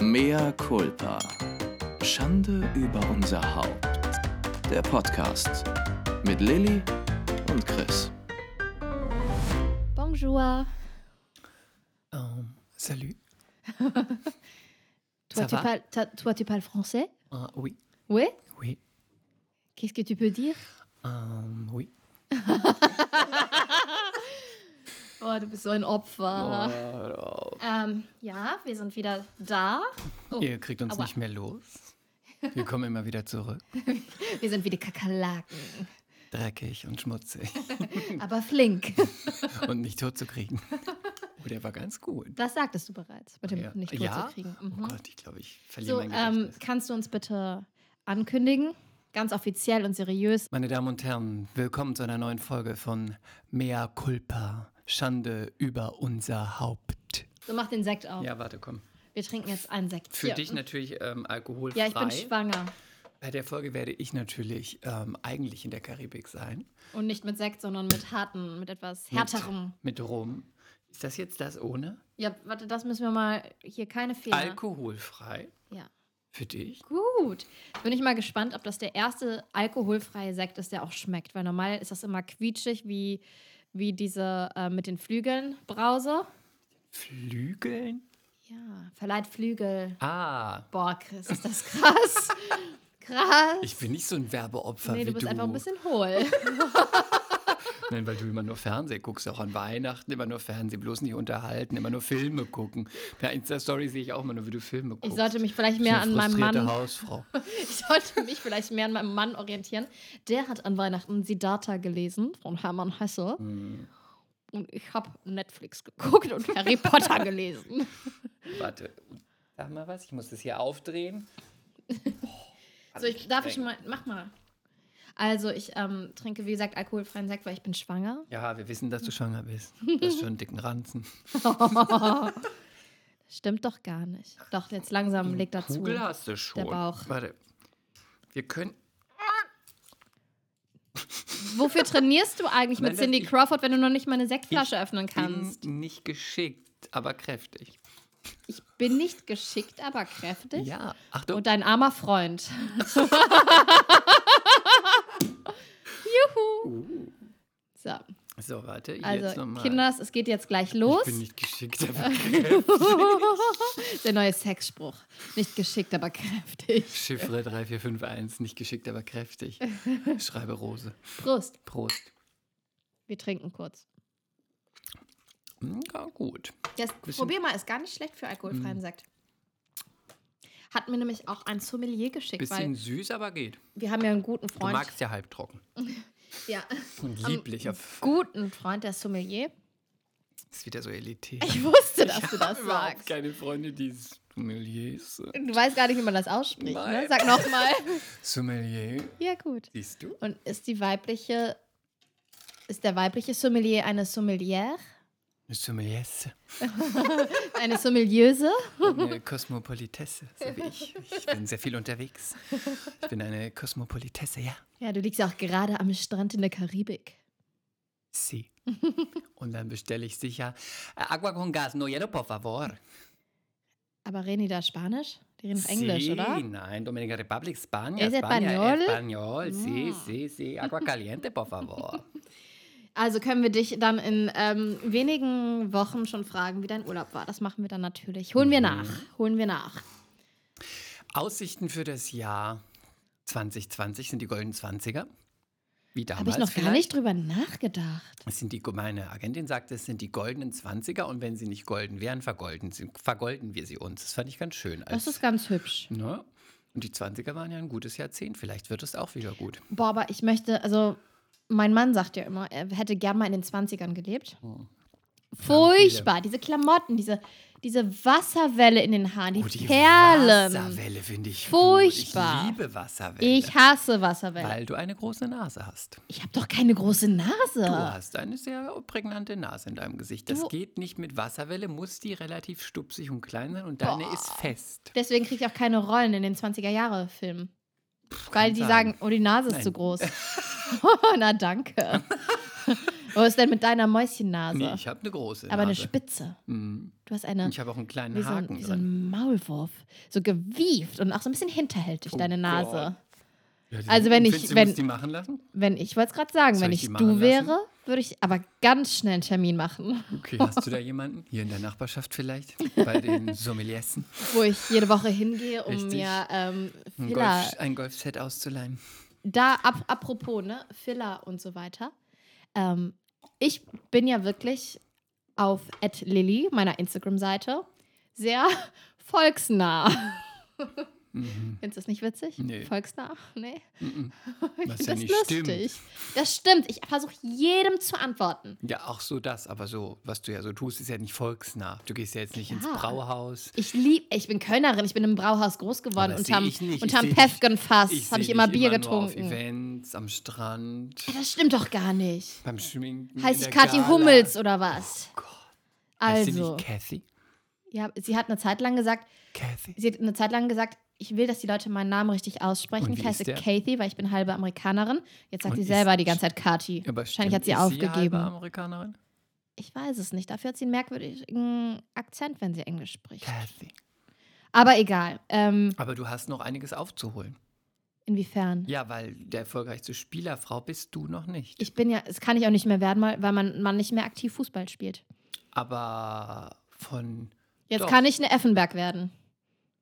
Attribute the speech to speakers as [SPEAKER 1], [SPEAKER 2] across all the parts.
[SPEAKER 1] Mea culpa. Schande über unser Haupt. Der Podcast mit Lilly und Chris.
[SPEAKER 2] Bonjour.
[SPEAKER 3] Um, salut.
[SPEAKER 2] Toi,
[SPEAKER 3] Ça
[SPEAKER 2] tu
[SPEAKER 3] va
[SPEAKER 2] parles, ta- toi, tu parles français
[SPEAKER 3] Ah, oui,
[SPEAKER 2] Oui.
[SPEAKER 3] oui,
[SPEAKER 2] Qu'est-ce que tu peux dire
[SPEAKER 3] um, oui.
[SPEAKER 2] Oh, du bist so ein Opfer.
[SPEAKER 3] Oh,
[SPEAKER 2] Ähm, ja, wir sind wieder da. Oh,
[SPEAKER 3] Ihr kriegt uns
[SPEAKER 2] aua.
[SPEAKER 3] nicht mehr los. Wir kommen immer wieder zurück.
[SPEAKER 2] Wir sind wieder Kakerlaken,
[SPEAKER 3] Dreckig und schmutzig
[SPEAKER 2] aber flink.
[SPEAKER 3] und nicht tot zu kriegen. Oh, der war ganz gut.
[SPEAKER 2] Das sagtest du bereits, mit dem
[SPEAKER 3] Ja.
[SPEAKER 2] nicht tot
[SPEAKER 3] ja?
[SPEAKER 2] zu kriegen.
[SPEAKER 3] Oh
[SPEAKER 2] Mhm.
[SPEAKER 3] Gott, ich glaube, ich verliere
[SPEAKER 2] so,
[SPEAKER 3] mein
[SPEAKER 2] ähm,
[SPEAKER 3] Gedächtnis.
[SPEAKER 2] kannst du uns bitte ankündigen? Ganz offiziell und seriös.
[SPEAKER 3] Meine Damen und Herren, willkommen zu einer neuen Folge von Mea Culpa, Schande über unser Haupt.
[SPEAKER 2] So, mach den Sekt auf.
[SPEAKER 3] Ja, warte, komm.
[SPEAKER 2] Wir trinken jetzt einen Sekt.
[SPEAKER 3] Für
[SPEAKER 2] Hier. Mhm.
[SPEAKER 3] dich natürlich ähm, alkoholfrei.
[SPEAKER 2] Ja, ich bin schwanger.
[SPEAKER 3] Bei der Folge werde ich natürlich ähm, eigentlich in der Karibik sein.
[SPEAKER 2] Und nicht mit Sekt, sondern mit harten, mit etwas härterem.
[SPEAKER 3] Mit, mit Rum. Ist das jetzt das ohne?
[SPEAKER 2] Ja, warte, das müssen wir mal. Hier keine Fehler.
[SPEAKER 3] Alkoholfrei
[SPEAKER 2] Ja.
[SPEAKER 3] für dich.
[SPEAKER 2] Gut. Bin ich mal gespannt, ob das der erste alkoholfreie Sekt ist, der auch schmeckt. Weil normal ist das immer quietschig, wie, wie diese äh, mit den Flügeln Brause.
[SPEAKER 3] Flügeln?
[SPEAKER 2] Ja, verleiht Flügel.
[SPEAKER 3] Ah,
[SPEAKER 2] Boah, Chris, ist das krass. krass.
[SPEAKER 3] ich bin nicht so ein Werbeopfer
[SPEAKER 2] nee,
[SPEAKER 3] wie
[SPEAKER 2] du bist
[SPEAKER 3] du.
[SPEAKER 2] einfach ein bisschen hohl.
[SPEAKER 3] Nein, weil du immer nur Fernsehen guckst, auch an Weihnachten immer nur Fernsehen, bloß nicht unterhalten, immer nur Filme gucken. Bei Insta-Story sehe ich auch immer nur, wie du Filme guckst.
[SPEAKER 2] Ich sollte mich vielleicht mehr
[SPEAKER 3] ich
[SPEAKER 2] an
[SPEAKER 3] bin eine
[SPEAKER 2] meinem
[SPEAKER 3] frustrierte
[SPEAKER 2] Mann.
[SPEAKER 3] Hausfrau.
[SPEAKER 2] Ich sollte mich vielleicht mehr an meinem Mann orientieren. Der hat an Weihnachten Siddhartha gelesen von Hermann Hesse. Und ich habe Netflix geguckt und Harry Potter gelesen.
[SPEAKER 3] Warte, sag mal was, ich muss das hier aufdrehen.
[SPEAKER 2] So,
[SPEAKER 3] Also
[SPEAKER 2] ich darf ich schon mal. Mach mal. Also, ich ähm, trinke, wie gesagt, alkoholfreien Sekt, weil ich bin schwanger.
[SPEAKER 3] Ja, wir wissen, dass du schwanger bist. Du hast schon einen dicken Ranzen.
[SPEAKER 2] Stimmt doch gar nicht. Doch, jetzt
[SPEAKER 3] Hm.
[SPEAKER 2] langsam legt dazu.
[SPEAKER 3] Kugel hast du schon.
[SPEAKER 2] Bauch.
[SPEAKER 3] Warte, wir können...
[SPEAKER 2] Wofür trainierst du eigentlich
[SPEAKER 3] Nein,
[SPEAKER 2] mit
[SPEAKER 3] das-
[SPEAKER 2] Cindy
[SPEAKER 3] ich-
[SPEAKER 2] Crawford, wenn du noch nicht mal eine Sektflasche
[SPEAKER 3] Ich
[SPEAKER 2] öffnen kannst?
[SPEAKER 3] Bin nicht geschickt, aber kräftig.
[SPEAKER 2] ich bin nicht geschickt, aber kräftig.
[SPEAKER 3] Ja, Achtung.
[SPEAKER 2] Und ein armer Freund. Juhu. So,
[SPEAKER 3] so, warte, ich jetzt
[SPEAKER 2] also
[SPEAKER 3] nochmal.
[SPEAKER 2] Kinders, es geht jetzt gleich
[SPEAKER 3] ich
[SPEAKER 2] los.
[SPEAKER 3] bin nicht geschickt, aber
[SPEAKER 2] Der neue Sexspruch. Nicht geschickt, aber kräftig.
[SPEAKER 3] Chiffre 3451, nicht geschickt, aber kräftig. Schreibe Rose.
[SPEAKER 2] Prost.
[SPEAKER 3] Prost.
[SPEAKER 2] Wir trinken kurz.
[SPEAKER 3] Hm, Ja, gut.
[SPEAKER 2] Jetzt probier mal, ist gar nicht schlecht für
[SPEAKER 3] Mhm.
[SPEAKER 2] alkoholfreien Sekt. Hat mir nämlich auch ein Sommelier geschickt,
[SPEAKER 3] Bisschen
[SPEAKER 2] weil
[SPEAKER 3] süß, aber geht.
[SPEAKER 2] wir haben ja einen guten
[SPEAKER 3] Du
[SPEAKER 2] Freund.
[SPEAKER 3] magst ja halbtrocken.
[SPEAKER 2] ja,
[SPEAKER 3] Und lieblich. auf-
[SPEAKER 2] guten Freund, der ist Sommelier.
[SPEAKER 3] Ist wieder so elitär.
[SPEAKER 2] Ich wusste, dass du das
[SPEAKER 3] Überhaupt
[SPEAKER 2] sagst.
[SPEAKER 3] keine Freunde, die Sommeliers sind.
[SPEAKER 2] Du weißt gar nicht, wie man das ausspricht. Ne?
[SPEAKER 3] Nein.
[SPEAKER 2] Sag nochmal.
[SPEAKER 3] Sommelier,
[SPEAKER 2] Ja, gut.
[SPEAKER 3] siehst du?
[SPEAKER 2] Und ist die weibliche, ist der weibliche Sommelier eine Sommelière?
[SPEAKER 3] Sommeliers.
[SPEAKER 2] Eine Sommelieuse?
[SPEAKER 3] Eine Kosmopolitesse, so wie ich. Ich bin sehr viel unterwegs. Ich bin eine Kosmopolitesse, ja.
[SPEAKER 2] Ja, du liegst ja auch gerade am Strand in der Karibik.
[SPEAKER 3] Sie. Und dann bestelle ich sicher äh, Agua con gas, no hielo, por favor.
[SPEAKER 2] Aber reden die da Spanisch? Die reden doch Englisch,
[SPEAKER 3] sí,
[SPEAKER 2] oder?
[SPEAKER 3] Nein, Dominica Republic, Spanien.
[SPEAKER 2] ¿Es
[SPEAKER 3] España,
[SPEAKER 2] español?
[SPEAKER 3] Español, sí,
[SPEAKER 2] Mm.
[SPEAKER 3] sí, sí. Agua caliente, por favor.
[SPEAKER 2] Also können wir dich dann in ähm, wenigen Wochen schon fragen, wie dein Urlaub war. Das machen wir dann natürlich. Holen
[SPEAKER 3] Mhm.
[SPEAKER 2] wir nach. Holen wir nach.
[SPEAKER 3] Aussichten für das Jahr 2020 sind die goldenen 20er. Wie damals
[SPEAKER 2] Habe ich noch gar
[SPEAKER 3] vielleicht.
[SPEAKER 2] nicht drüber nachgedacht.
[SPEAKER 3] Es sind die, meine Agentin sagte, es sind die goldenen 20er und wenn sie nicht golden wären, vergolden, sie, vergolden wir sie uns. Das fand ich ganz schön.
[SPEAKER 2] Das
[SPEAKER 3] Als,
[SPEAKER 2] ist ganz hübsch.
[SPEAKER 3] ne? Und die 20er waren ja ein gutes Jahrzehnt. Vielleicht wird es auch wieder gut.
[SPEAKER 2] Boah, aber ich möchte, also mein Mann sagt ja immer, er hätte gern mal in den 20ern gelebt.
[SPEAKER 3] Hm.
[SPEAKER 2] Furchtbar. Diese Klamotten, diese, diese Wasserwelle in den Haaren, die,
[SPEAKER 3] Oh, die
[SPEAKER 2] Perlen.
[SPEAKER 3] Wasserwelle finde ich
[SPEAKER 2] Furchtbar.
[SPEAKER 3] Gut. Ich liebe Wasserwelle.
[SPEAKER 2] Ich hasse Wasserwelle.
[SPEAKER 3] weil du eine große Nase hast.
[SPEAKER 2] Ich habe doch keine große
[SPEAKER 3] Du
[SPEAKER 2] Nase.
[SPEAKER 3] hast eine sehr prägnante Nase in deinem Gesicht. Das
[SPEAKER 2] Du-
[SPEAKER 3] geht nicht mit Wasserwelle, muss die relativ stupsig und klein sein und deine ist fest.
[SPEAKER 2] Deswegen kriege ich auch keine Rollen in den 20er-Jahre-Filmen. Weil
[SPEAKER 3] kann
[SPEAKER 2] die
[SPEAKER 3] sein.
[SPEAKER 2] sagen, oh, die Nase ist
[SPEAKER 3] Nein.
[SPEAKER 2] zu groß. Na danke. Was ist denn mit deiner Mäuschennase?
[SPEAKER 3] Nee, ich habe eine große.
[SPEAKER 2] Aber eine
[SPEAKER 3] Nase.
[SPEAKER 2] Spitze.
[SPEAKER 3] Mhm.
[SPEAKER 2] Du hast eine
[SPEAKER 3] Ich habe auch einen kleinen
[SPEAKER 2] wie so, ein,
[SPEAKER 3] Haken
[SPEAKER 2] wie so
[SPEAKER 3] dran.
[SPEAKER 2] ein Maulwurf. So gewieft und auch so ein bisschen hinterhältig,
[SPEAKER 3] Oh
[SPEAKER 2] deine Nase.
[SPEAKER 3] Gott. Ja, die-
[SPEAKER 2] also wenn ich-
[SPEAKER 3] Findest du,
[SPEAKER 2] wenn-
[SPEAKER 3] musst die machen lassen?
[SPEAKER 2] Wenn ich wollte es gerade sagen,
[SPEAKER 3] Soll
[SPEAKER 2] wenn
[SPEAKER 3] ich die
[SPEAKER 2] ich
[SPEAKER 3] machen
[SPEAKER 2] du
[SPEAKER 3] lassen?
[SPEAKER 2] wäre, würde ich aber ganz schnell einen Termin machen,
[SPEAKER 3] Okay, hast du da jemanden? Hier in der Nachbarschaft vielleicht? Bei den Sommeliersen?
[SPEAKER 2] wo ich jede Woche hingehe, um
[SPEAKER 3] Richtig.
[SPEAKER 2] mir ähm,
[SPEAKER 3] Ein,
[SPEAKER 2] Filler
[SPEAKER 3] Golf, ein Golfset auszuleihen?
[SPEAKER 2] da, ap apropos, ne, Filler und so weiter. Ähm, ich bin ja wirklich auf Lilly, meiner Instagram-Seite, sehr volksnah.
[SPEAKER 3] Mhm.
[SPEAKER 2] Findest du das nicht witzig?
[SPEAKER 3] Nee.
[SPEAKER 2] Volksnah? Nee.
[SPEAKER 3] Mhm.
[SPEAKER 2] Ich
[SPEAKER 3] Was
[SPEAKER 2] find
[SPEAKER 3] ja
[SPEAKER 2] das
[SPEAKER 3] nicht stimmt.
[SPEAKER 2] lustig. Das stimmt. Ich versuche jedem zu antworten.
[SPEAKER 3] Ja, auch so das, aber so, was du ja so tust, ist ja nicht volksnah. Du gehst ja jetzt nicht
[SPEAKER 2] Klar.
[SPEAKER 3] ins Brauhaus.
[SPEAKER 2] Ich lieb, ich bin Kölnerin, ich bin im Brauhaus groß geworden.
[SPEAKER 3] das
[SPEAKER 2] Unterm,
[SPEAKER 3] seh ich nicht. Ich
[SPEAKER 2] unterm
[SPEAKER 3] seh dich-
[SPEAKER 2] Pefgenfass habe
[SPEAKER 3] seh
[SPEAKER 2] ich immer
[SPEAKER 3] dich
[SPEAKER 2] Bier
[SPEAKER 3] nur auf
[SPEAKER 2] getrunken.
[SPEAKER 3] Events, am Strand,
[SPEAKER 2] Ja, das stimmt doch gar nicht.
[SPEAKER 3] beim Schminken.
[SPEAKER 2] Heißt
[SPEAKER 3] in
[SPEAKER 2] ich
[SPEAKER 3] der
[SPEAKER 2] Kathi
[SPEAKER 3] Gala. Oh
[SPEAKER 2] Hummels oder was?
[SPEAKER 3] Gott. Heißt sie
[SPEAKER 2] Also,
[SPEAKER 3] nicht Kathy?
[SPEAKER 2] ja, sie hat eine Zeit lang gesagt,
[SPEAKER 3] Kathy?
[SPEAKER 2] sie hat eine Zeit lang gesagt, ich will, dass die Leute meinen Namen richtig aussprechen.
[SPEAKER 3] Und
[SPEAKER 2] Ich
[SPEAKER 3] wie
[SPEAKER 2] heiße
[SPEAKER 3] ist der?
[SPEAKER 2] Kathy, weil ich bin halbe Amerikanerin. Jetzt sagt
[SPEAKER 3] Und
[SPEAKER 2] sie
[SPEAKER 3] ist-
[SPEAKER 2] selber die ganze Zeit Kathi. Wahrscheinlich hat sie
[SPEAKER 3] Sie halbe
[SPEAKER 2] aufgegeben.
[SPEAKER 3] Amerikanerin?
[SPEAKER 2] Ich weiß es nicht. Dafür hat sie einen merkwürdigen Akzent, wenn sie Englisch spricht.
[SPEAKER 3] Kathy.
[SPEAKER 2] Aber egal. Ähm,
[SPEAKER 3] Aber du hast noch einiges aufzuholen.
[SPEAKER 2] inwiefern?
[SPEAKER 3] Ja, weil der erfolgreichste Spielerfrau bist du noch nicht.
[SPEAKER 2] Ich bin ja, es kann ich auch nicht mehr werden, weil weil man, man nicht mehr aktiv Fußball spielt.
[SPEAKER 3] Aber von.
[SPEAKER 2] Jetzt
[SPEAKER 3] Doch.
[SPEAKER 2] kann ich eine Effenberg werden.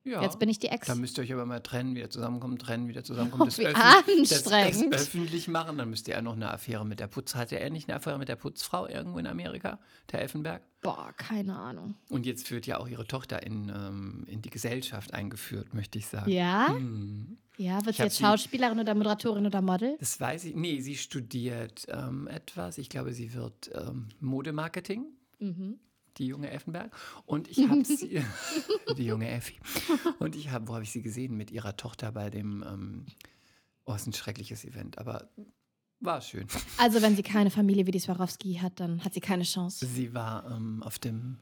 [SPEAKER 3] Ja.
[SPEAKER 2] Jetzt bin ich die Ex.
[SPEAKER 3] Dann müsst ihr euch aber mal trennen, wieder zusammenkommen, trennen, wieder zusammenkommen.
[SPEAKER 2] Oh, wie
[SPEAKER 3] das,
[SPEAKER 2] anstrengend.
[SPEAKER 3] das öffentlich machen. Dann müsste er noch eine Affäre mit der Putz. Hatte er nicht eine Affäre mit der Putzfrau irgendwo in Amerika, der Elfenberg?
[SPEAKER 2] Boah, keine Ahnung.
[SPEAKER 3] Und jetzt wird ja auch ihre Tochter in, ähm, in die Gesellschaft eingeführt, möchte ich sagen.
[SPEAKER 2] Ja?
[SPEAKER 3] Hm.
[SPEAKER 2] Ja, wird
[SPEAKER 3] Ich
[SPEAKER 2] sie
[SPEAKER 3] hab
[SPEAKER 2] jetzt
[SPEAKER 3] sie-
[SPEAKER 2] Schauspielerin oder Moderatorin oder Model?
[SPEAKER 3] Das weiß ich. Nee, sie studiert ähm, etwas. Ich glaube, sie wird ähm, Modemarketing.
[SPEAKER 2] Mhm.
[SPEAKER 3] die junge Effenberg. Und ich habe sie, die junge Effi. Und ich habe, wo habe ich sie gesehen? Mit ihrer Tochter bei dem, ähm, oh, ist ein schreckliches Event, aber war schön.
[SPEAKER 2] Also, wenn sie keine Familie wie die Swarovski hat, dann hat sie keine Chance.
[SPEAKER 3] Sie war ähm, auf dem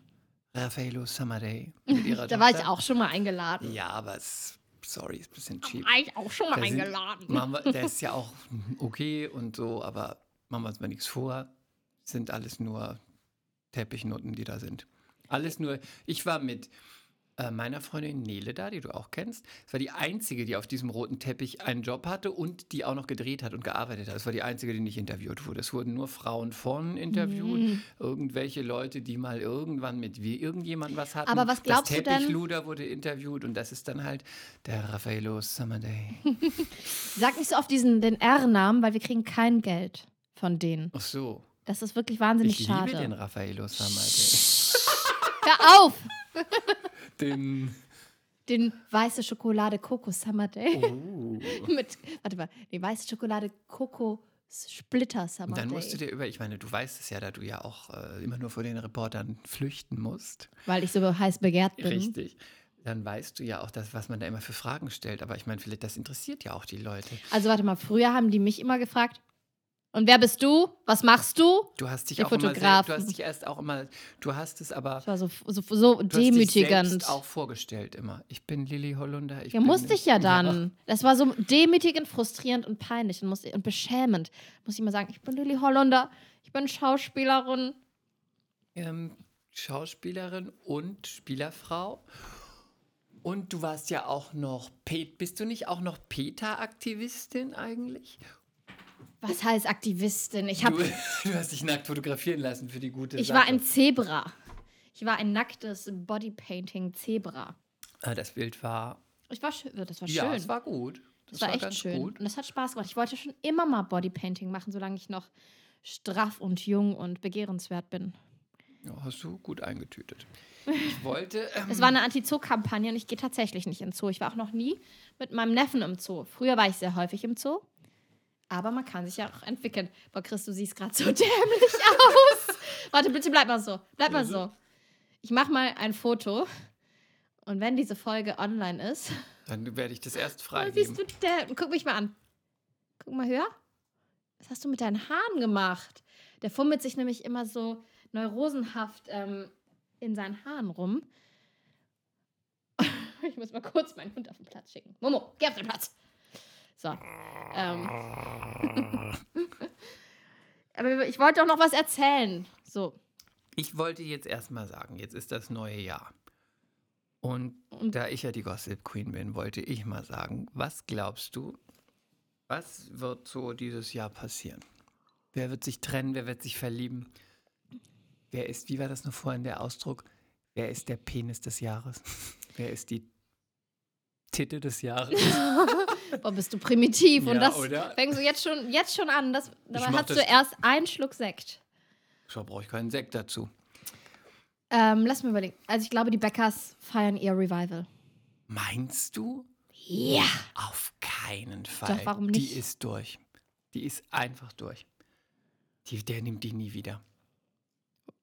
[SPEAKER 3] Raffaello Summer Day mit ihrer
[SPEAKER 2] Da
[SPEAKER 3] Tochter.
[SPEAKER 2] war ich auch schon mal eingeladen.
[SPEAKER 3] Ja, aber es, sorry, ist ein bisschen cheap.
[SPEAKER 2] War ich auch schon mal
[SPEAKER 3] Da sind-
[SPEAKER 2] eingeladen.
[SPEAKER 3] Machen wir, der ist ja auch okay und so, aber machen wir uns mal nichts vor. Sind alles nur Teppichnoten, die da sind. Alles nur. Ich war mit äh, meiner Freundin Nele da, die du auch kennst. Es war die einzige, die auf diesem roten Teppich einen Job hatte und die auch noch gedreht hat und gearbeitet hat. Es war die einzige, die nicht interviewt wurde. Es wurden nur Frauen vorn interviewt,
[SPEAKER 2] Mm.
[SPEAKER 3] irgendwelche Leute, die mal irgendwann mit wie irgendjemand was hatten.
[SPEAKER 2] Aber was glaubst du
[SPEAKER 3] das
[SPEAKER 2] denn-
[SPEAKER 3] Teppichluder wurde interviewt und das ist dann halt der Raffaello Summerday.
[SPEAKER 2] Sag nicht so oft diesen, den R-Namen, weil wir kriegen kein Geld von denen.
[SPEAKER 3] Ach so.
[SPEAKER 2] Das ist wirklich wahnsinnig
[SPEAKER 3] ich
[SPEAKER 2] schade.
[SPEAKER 3] liebe den Raffaello Summerday.
[SPEAKER 2] Hör auf!
[SPEAKER 3] Den.
[SPEAKER 2] Den weiße Schokolade Coco Summer Day.
[SPEAKER 3] Oh.
[SPEAKER 2] Mit, warte mal, die weiße Schokolade Coco Splitter Summer
[SPEAKER 3] Und dann
[SPEAKER 2] Day.
[SPEAKER 3] musst du dir über, ich meine, du weißt es ja, da du ja auch äh, immer nur vor den Reportern flüchten musst.
[SPEAKER 2] weil ich so heiß begehrt bin.
[SPEAKER 3] Richtig. Dann weißt du ja auch das, was man da immer für Fragen stellt. Aber ich meine, vielleicht das interessiert ja auch die Leute.
[SPEAKER 2] Also warte mal, früher haben die mich immer gefragt, und wer bist du? Was machst du?
[SPEAKER 3] Du hast dich
[SPEAKER 2] Die
[SPEAKER 3] auch immer, sel-
[SPEAKER 2] Fotografen.
[SPEAKER 3] du hast dich erst auch immer, du hast es aber
[SPEAKER 2] Das war so, so, so
[SPEAKER 3] du hast dich
[SPEAKER 2] demütigend.
[SPEAKER 3] selbst auch vorgestellt immer. Ich bin Lilly Hollunder. Ich
[SPEAKER 2] Ja,
[SPEAKER 3] bin
[SPEAKER 2] musste ich ja
[SPEAKER 3] Ja.
[SPEAKER 2] dann. Das war so demütigend, frustrierend und peinlich und, musste, und beschämend. Muss ich mal sagen, ich bin Lilly Holländer, ich bin Schauspielerin.
[SPEAKER 3] ähm, Schauspielerin und Spielerfrau. Und du warst ja auch noch, Pe bist du nicht auch noch PETA-Aktivistin eigentlich?
[SPEAKER 2] Was heißt Aktivistin? Ich, hab,
[SPEAKER 3] du, du hast dich nackt fotografieren lassen für die gute
[SPEAKER 2] ich
[SPEAKER 3] Sache.
[SPEAKER 2] war ein Zebra. Ich war ein nacktes Bodypainting-Zebra.
[SPEAKER 3] Ah, das Bild war,
[SPEAKER 2] Ich war schön, das war schön.
[SPEAKER 3] ja, es war gut.
[SPEAKER 2] Das, war, echt
[SPEAKER 3] ganz
[SPEAKER 2] schön.
[SPEAKER 3] gut.
[SPEAKER 2] Und das hat Spaß gemacht. Ich wollte schon immer mal Bodypainting machen, solange ich noch straff und jung und begehrenswert bin.
[SPEAKER 3] Ja, hast du gut eingetütet. Ich wollte, ähm,
[SPEAKER 2] Es war eine Anti-Zoo-Kampagne und ich gehe tatsächlich nicht in den Zoo. Ich war auch noch nie mit meinem Neffen im Zoo. Früher war ich sehr häufig im Zoo. Aber man kann sich ja auch entwickeln. Boah, Chris, du siehst gerade so dämlich aus. Warte, bitte bleib mal so. Bleib mal so. Ich mache mal ein Foto. Und wenn diese Folge online ist,
[SPEAKER 3] dann werde ich das erst
[SPEAKER 2] Oh, siehst
[SPEAKER 3] freigeben.
[SPEAKER 2] du däm- Guck mich mal an. Guck mal höher. Was hast du mit deinen Haaren gemacht? Der fummelt sich nämlich immer so neurosenhaft ähm, in seinen Haaren rum. Ich muss mal kurz meinen Hund auf den Platz schicken. Momo, geh auf den Platz. So. Ähm. Aber ich wollte doch noch was erzählen. So.
[SPEAKER 3] Ich wollte jetzt erstmal sagen, jetzt ist das neue Jahr. Und
[SPEAKER 2] Und-
[SPEAKER 3] da ich ja die Gossip Queen bin, wollte ich mal sagen, was glaubst du, was wird so dieses Jahr passieren? Wer wird sich trennen? Wer wird sich verlieben? Wer ist, wie war das noch vorhin der Ausdruck? Wer ist der Penis des Jahres? Wer ist die Titte des Jahres?
[SPEAKER 2] Boah, bist du primitiv. und
[SPEAKER 3] Ja,
[SPEAKER 2] das
[SPEAKER 3] oder?
[SPEAKER 2] fängst du jetzt schon, jetzt schon an. Das, dabei
[SPEAKER 3] mach
[SPEAKER 2] hast du
[SPEAKER 3] das-
[SPEAKER 2] erst einen Schluck Sekt.
[SPEAKER 3] Da brauche ich keinen Sekt dazu.
[SPEAKER 2] Ähm, lass mir überlegen. Also ich glaube, die Bäckers feiern ihr Revival.
[SPEAKER 3] Meinst du?
[SPEAKER 2] Ja.
[SPEAKER 3] Auf keinen Fall.
[SPEAKER 2] Doch, warum nicht?
[SPEAKER 3] Die ist durch. Die ist einfach durch. Die, der nimmt die nie wieder.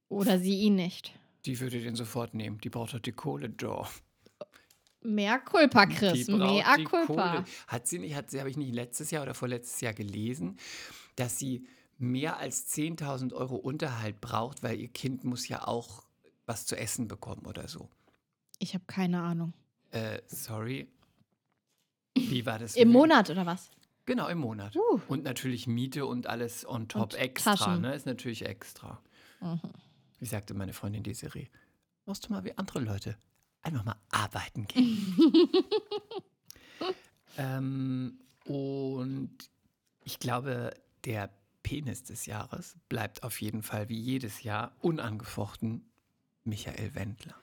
[SPEAKER 2] Oder sie ihn nicht.
[SPEAKER 3] Die würde den sofort nehmen. Die braucht doch die Kohle, Joe.
[SPEAKER 2] Mehr Culpa,
[SPEAKER 3] Die
[SPEAKER 2] Chris.
[SPEAKER 3] braucht
[SPEAKER 2] Mehr
[SPEAKER 3] die
[SPEAKER 2] Culpa.
[SPEAKER 3] Kohle. Hat sie nicht, hat sie, habe ich nicht letztes Jahr oder vorletztes Jahr gelesen, dass sie mehr als 10.000 Euro Unterhalt braucht, weil ihr Kind muss ja auch was zu essen bekommen oder so.
[SPEAKER 2] Ich habe keine Ahnung.
[SPEAKER 3] Äh, sorry. Wie war das?
[SPEAKER 2] Im
[SPEAKER 3] mit-
[SPEAKER 2] Monat oder was?
[SPEAKER 3] Genau, im Monat.
[SPEAKER 2] Uh.
[SPEAKER 3] Und natürlich Miete und alles on top
[SPEAKER 2] Und
[SPEAKER 3] extra,
[SPEAKER 2] Taschen.
[SPEAKER 3] ne? Ist natürlich extra.
[SPEAKER 2] Mhm.
[SPEAKER 3] Wie sagte meine Freundin Desiree, machst du mal wie andere Leute. Einfach mal arbeiten gehen. ähm, und ich glaube, der Penis des Jahres bleibt auf jeden Fall wie jedes Jahr unangefochten Michael Wendler.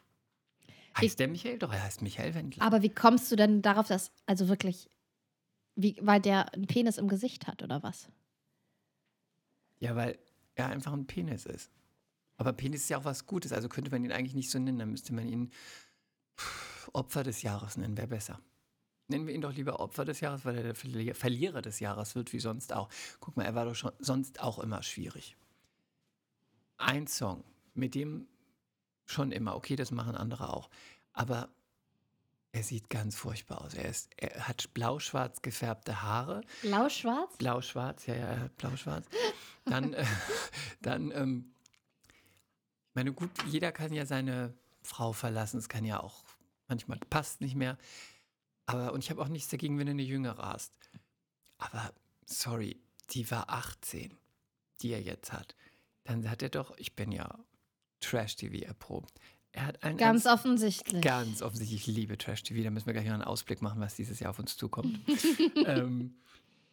[SPEAKER 3] Heißt
[SPEAKER 2] Ich-
[SPEAKER 3] der Michael? Doch, er heißt Michael Wendler.
[SPEAKER 2] Aber wie kommst du denn darauf, dass, also wirklich, wie, weil der einen Penis im Gesicht hat oder was?
[SPEAKER 3] Ja, weil er einfach ein Penis ist. Aber Penis ist ja auch was Gutes, also könnte man ihn eigentlich nicht so nennen. Dann müsste man ihn pff, Opfer des Jahres nennen, wäre besser. Nennen wir ihn doch lieber Opfer des Jahres, weil er der Verli- Verlierer des Jahres wird, wie sonst auch. Guck mal, er war doch schon sonst auch immer schwierig. Ein Song, mit dem schon immer, okay, das machen andere auch. Aber er sieht ganz furchtbar aus. Er, ist, er hat blau-schwarz gefärbte Haare
[SPEAKER 2] Blau-schwarz?
[SPEAKER 3] Blau-Schwarz, ja, ja, ja, Blau-Schwarz. Dann, äh, dann, ähm, ich meine, gut, jeder kann ja seine Frau verlassen. Es kann ja auch manchmal passt nicht mehr. Aber, und ich habe auch nichts dagegen, wenn du eine Jüngere hast. Aber, sorry, die war 18, die er jetzt hat. Dann hat er doch, ich bin ja Trash-TV erprobt. Er hat einen
[SPEAKER 2] Ganz offensichtlich.
[SPEAKER 3] Ganz offensichtlich, ich liebe Trash TV. Da müssen wir gleich noch einen Ausblick machen, was dieses Jahr auf uns zukommt. ähm,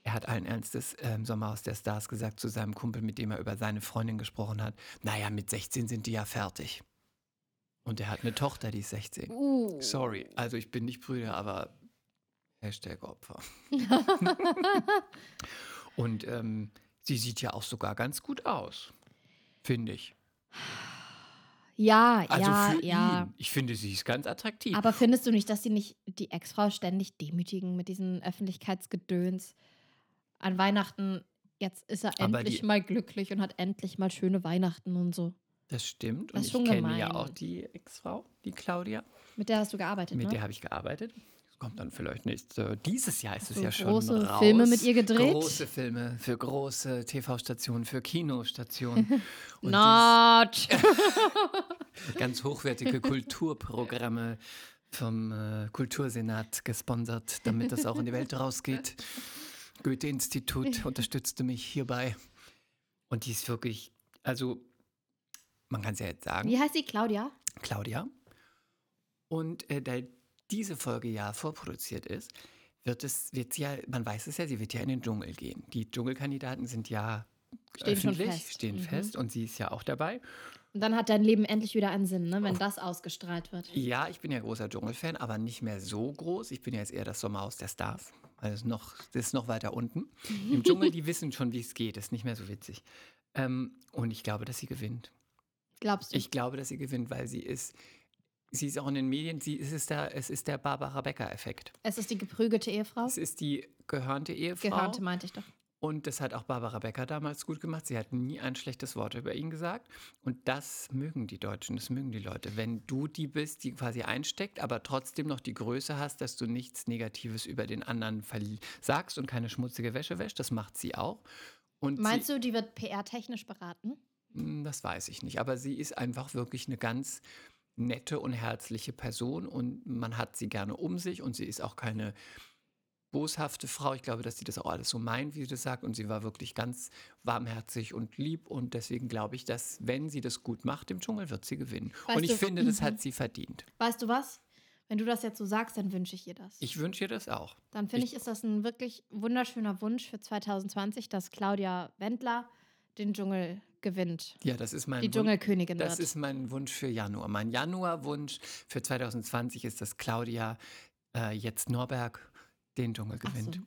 [SPEAKER 3] er hat allen Ernstes ähm, Sommerhaus der Stars gesagt zu seinem Kumpel, mit dem er über seine Freundin gesprochen hat. Naja, mit 16 sind die ja fertig. Und er hat eine Tochter, die ist 16.
[SPEAKER 2] Uh.
[SPEAKER 3] Sorry, also ich bin nicht Brüder, aber Hashtag Opfer. Und ähm, sie sieht ja auch sogar ganz gut aus, finde ich.
[SPEAKER 2] Ja,
[SPEAKER 3] Also
[SPEAKER 2] ja,
[SPEAKER 3] für
[SPEAKER 2] ja.
[SPEAKER 3] ihn. Ich finde, sie ist ganz attraktiv.
[SPEAKER 2] Aber findest du nicht, dass die nicht die Ex-Frau ständig demütigen mit diesen Öffentlichkeitsgedöns? An Weihnachten, jetzt ist er
[SPEAKER 3] Aber
[SPEAKER 2] endlich
[SPEAKER 3] die-
[SPEAKER 2] mal glücklich und hat endlich mal schöne Weihnachten und so.
[SPEAKER 3] Das stimmt.
[SPEAKER 2] Das
[SPEAKER 3] Und
[SPEAKER 2] ist
[SPEAKER 3] ich
[SPEAKER 2] schon
[SPEAKER 3] kenne
[SPEAKER 2] gemein.
[SPEAKER 3] ja auch die Ex-Frau, die Claudia.
[SPEAKER 2] Mit der hast du gearbeitet,
[SPEAKER 3] Mit
[SPEAKER 2] ne?
[SPEAKER 3] der habe ich gearbeitet. Das kommt dann vielleicht nicht. Äh, dieses Jahr ist es
[SPEAKER 2] So
[SPEAKER 3] ja schon
[SPEAKER 2] große
[SPEAKER 3] raus.
[SPEAKER 2] Filme mit ihr gedreht?
[SPEAKER 3] Große Filme für große TV-Stationen, für Kinostationen. Und
[SPEAKER 2] Not!
[SPEAKER 3] dieses ganz hochwertige Kulturprogramme vom äh, Kultursenat gesponsert, damit das auch in die Welt rausgeht. Goethe-Institut unterstützte mich hierbei. Und die ist wirklich, also man kann es ja jetzt sagen.
[SPEAKER 2] Wie heißt sie? Claudia?
[SPEAKER 3] Claudia. Und äh, da diese Folge ja vorproduziert ist, wird es, wird sie ja, man weiß es ja, sie wird ja in den Dschungel gehen. Die Dschungelkandidaten sind ja
[SPEAKER 2] Stehen schon
[SPEAKER 3] öffentlich,
[SPEAKER 2] fest.
[SPEAKER 3] stehen
[SPEAKER 2] Mhm.
[SPEAKER 3] fest und sie ist ja auch dabei.
[SPEAKER 2] Und dann hat dein Leben endlich wieder einen Sinn, ne? Wenn das ausgestrahlt wird.
[SPEAKER 3] Ja, ich bin ja großer Dschungelfan, aber nicht mehr so groß. Ich bin ja jetzt eher das Sommerhaus der Stars. Weil es noch, das ist noch weiter unten. Im Dschungel, die wissen schon, wie es geht. Ist nicht mehr so witzig. Ähm, und ich glaube, dass sie gewinnt.
[SPEAKER 2] Glaubst du?
[SPEAKER 3] Ich glaube, dass sie gewinnt, weil sie ist, sie ist auch in den Medien, sie es ist der, es ist der Barbara Becker-Effekt.
[SPEAKER 2] es ist die geprügelte Ehefrau?
[SPEAKER 3] Es ist die gehörnte Ehefrau.
[SPEAKER 2] Oh. Gehörnte meinte ich doch.
[SPEAKER 3] Und das hat auch Barbara Becker damals gut gemacht. Sie hat nie ein schlechtes Wort über ihn gesagt. Und das mögen die Deutschen, das mögen die Leute. Wenn du die bist, die quasi einsteckt, aber trotzdem noch die Größe hast, dass du nichts Negatives über den anderen verli- sagst und keine schmutzige Wäsche wäscht, das macht sie auch. Und
[SPEAKER 2] Meinst
[SPEAKER 3] sie,
[SPEAKER 2] du, die wird PR-technisch beraten?
[SPEAKER 3] Mm, Das weiß ich nicht. Aber sie ist einfach wirklich eine ganz nette und herzliche Person und man hat sie gerne um sich und sie ist auch keine boshafte Frau. Ich glaube, dass sie das auch alles so meint, wie sie das sagt. Und sie war wirklich ganz warmherzig und lieb. Und deswegen glaube ich, dass wenn sie das gut macht im Dschungel, wird sie gewinnen.
[SPEAKER 2] Weißt
[SPEAKER 3] und ich
[SPEAKER 2] du- mhm.
[SPEAKER 3] finde, das hat sie verdient.
[SPEAKER 2] Weißt du was? Wenn du das jetzt so sagst, dann wünsche ich ihr das.
[SPEAKER 3] Ich wünsche ihr das auch.
[SPEAKER 2] dann finde ich, ist das ein wirklich wunderschöner Wunsch für 2020, dass Claudia Wendler den Dschungel gewinnt.
[SPEAKER 3] Ja, das ist mein
[SPEAKER 2] Die
[SPEAKER 3] Wun-
[SPEAKER 2] Dschungelkönigin
[SPEAKER 3] Das
[SPEAKER 2] wird.
[SPEAKER 3] ist mein Wunsch für Januar. Mein Januarwunsch für 2020 ist, dass Claudia äh, jetzt Norberg den Dschungel
[SPEAKER 2] Ach so.
[SPEAKER 3] gewinnt.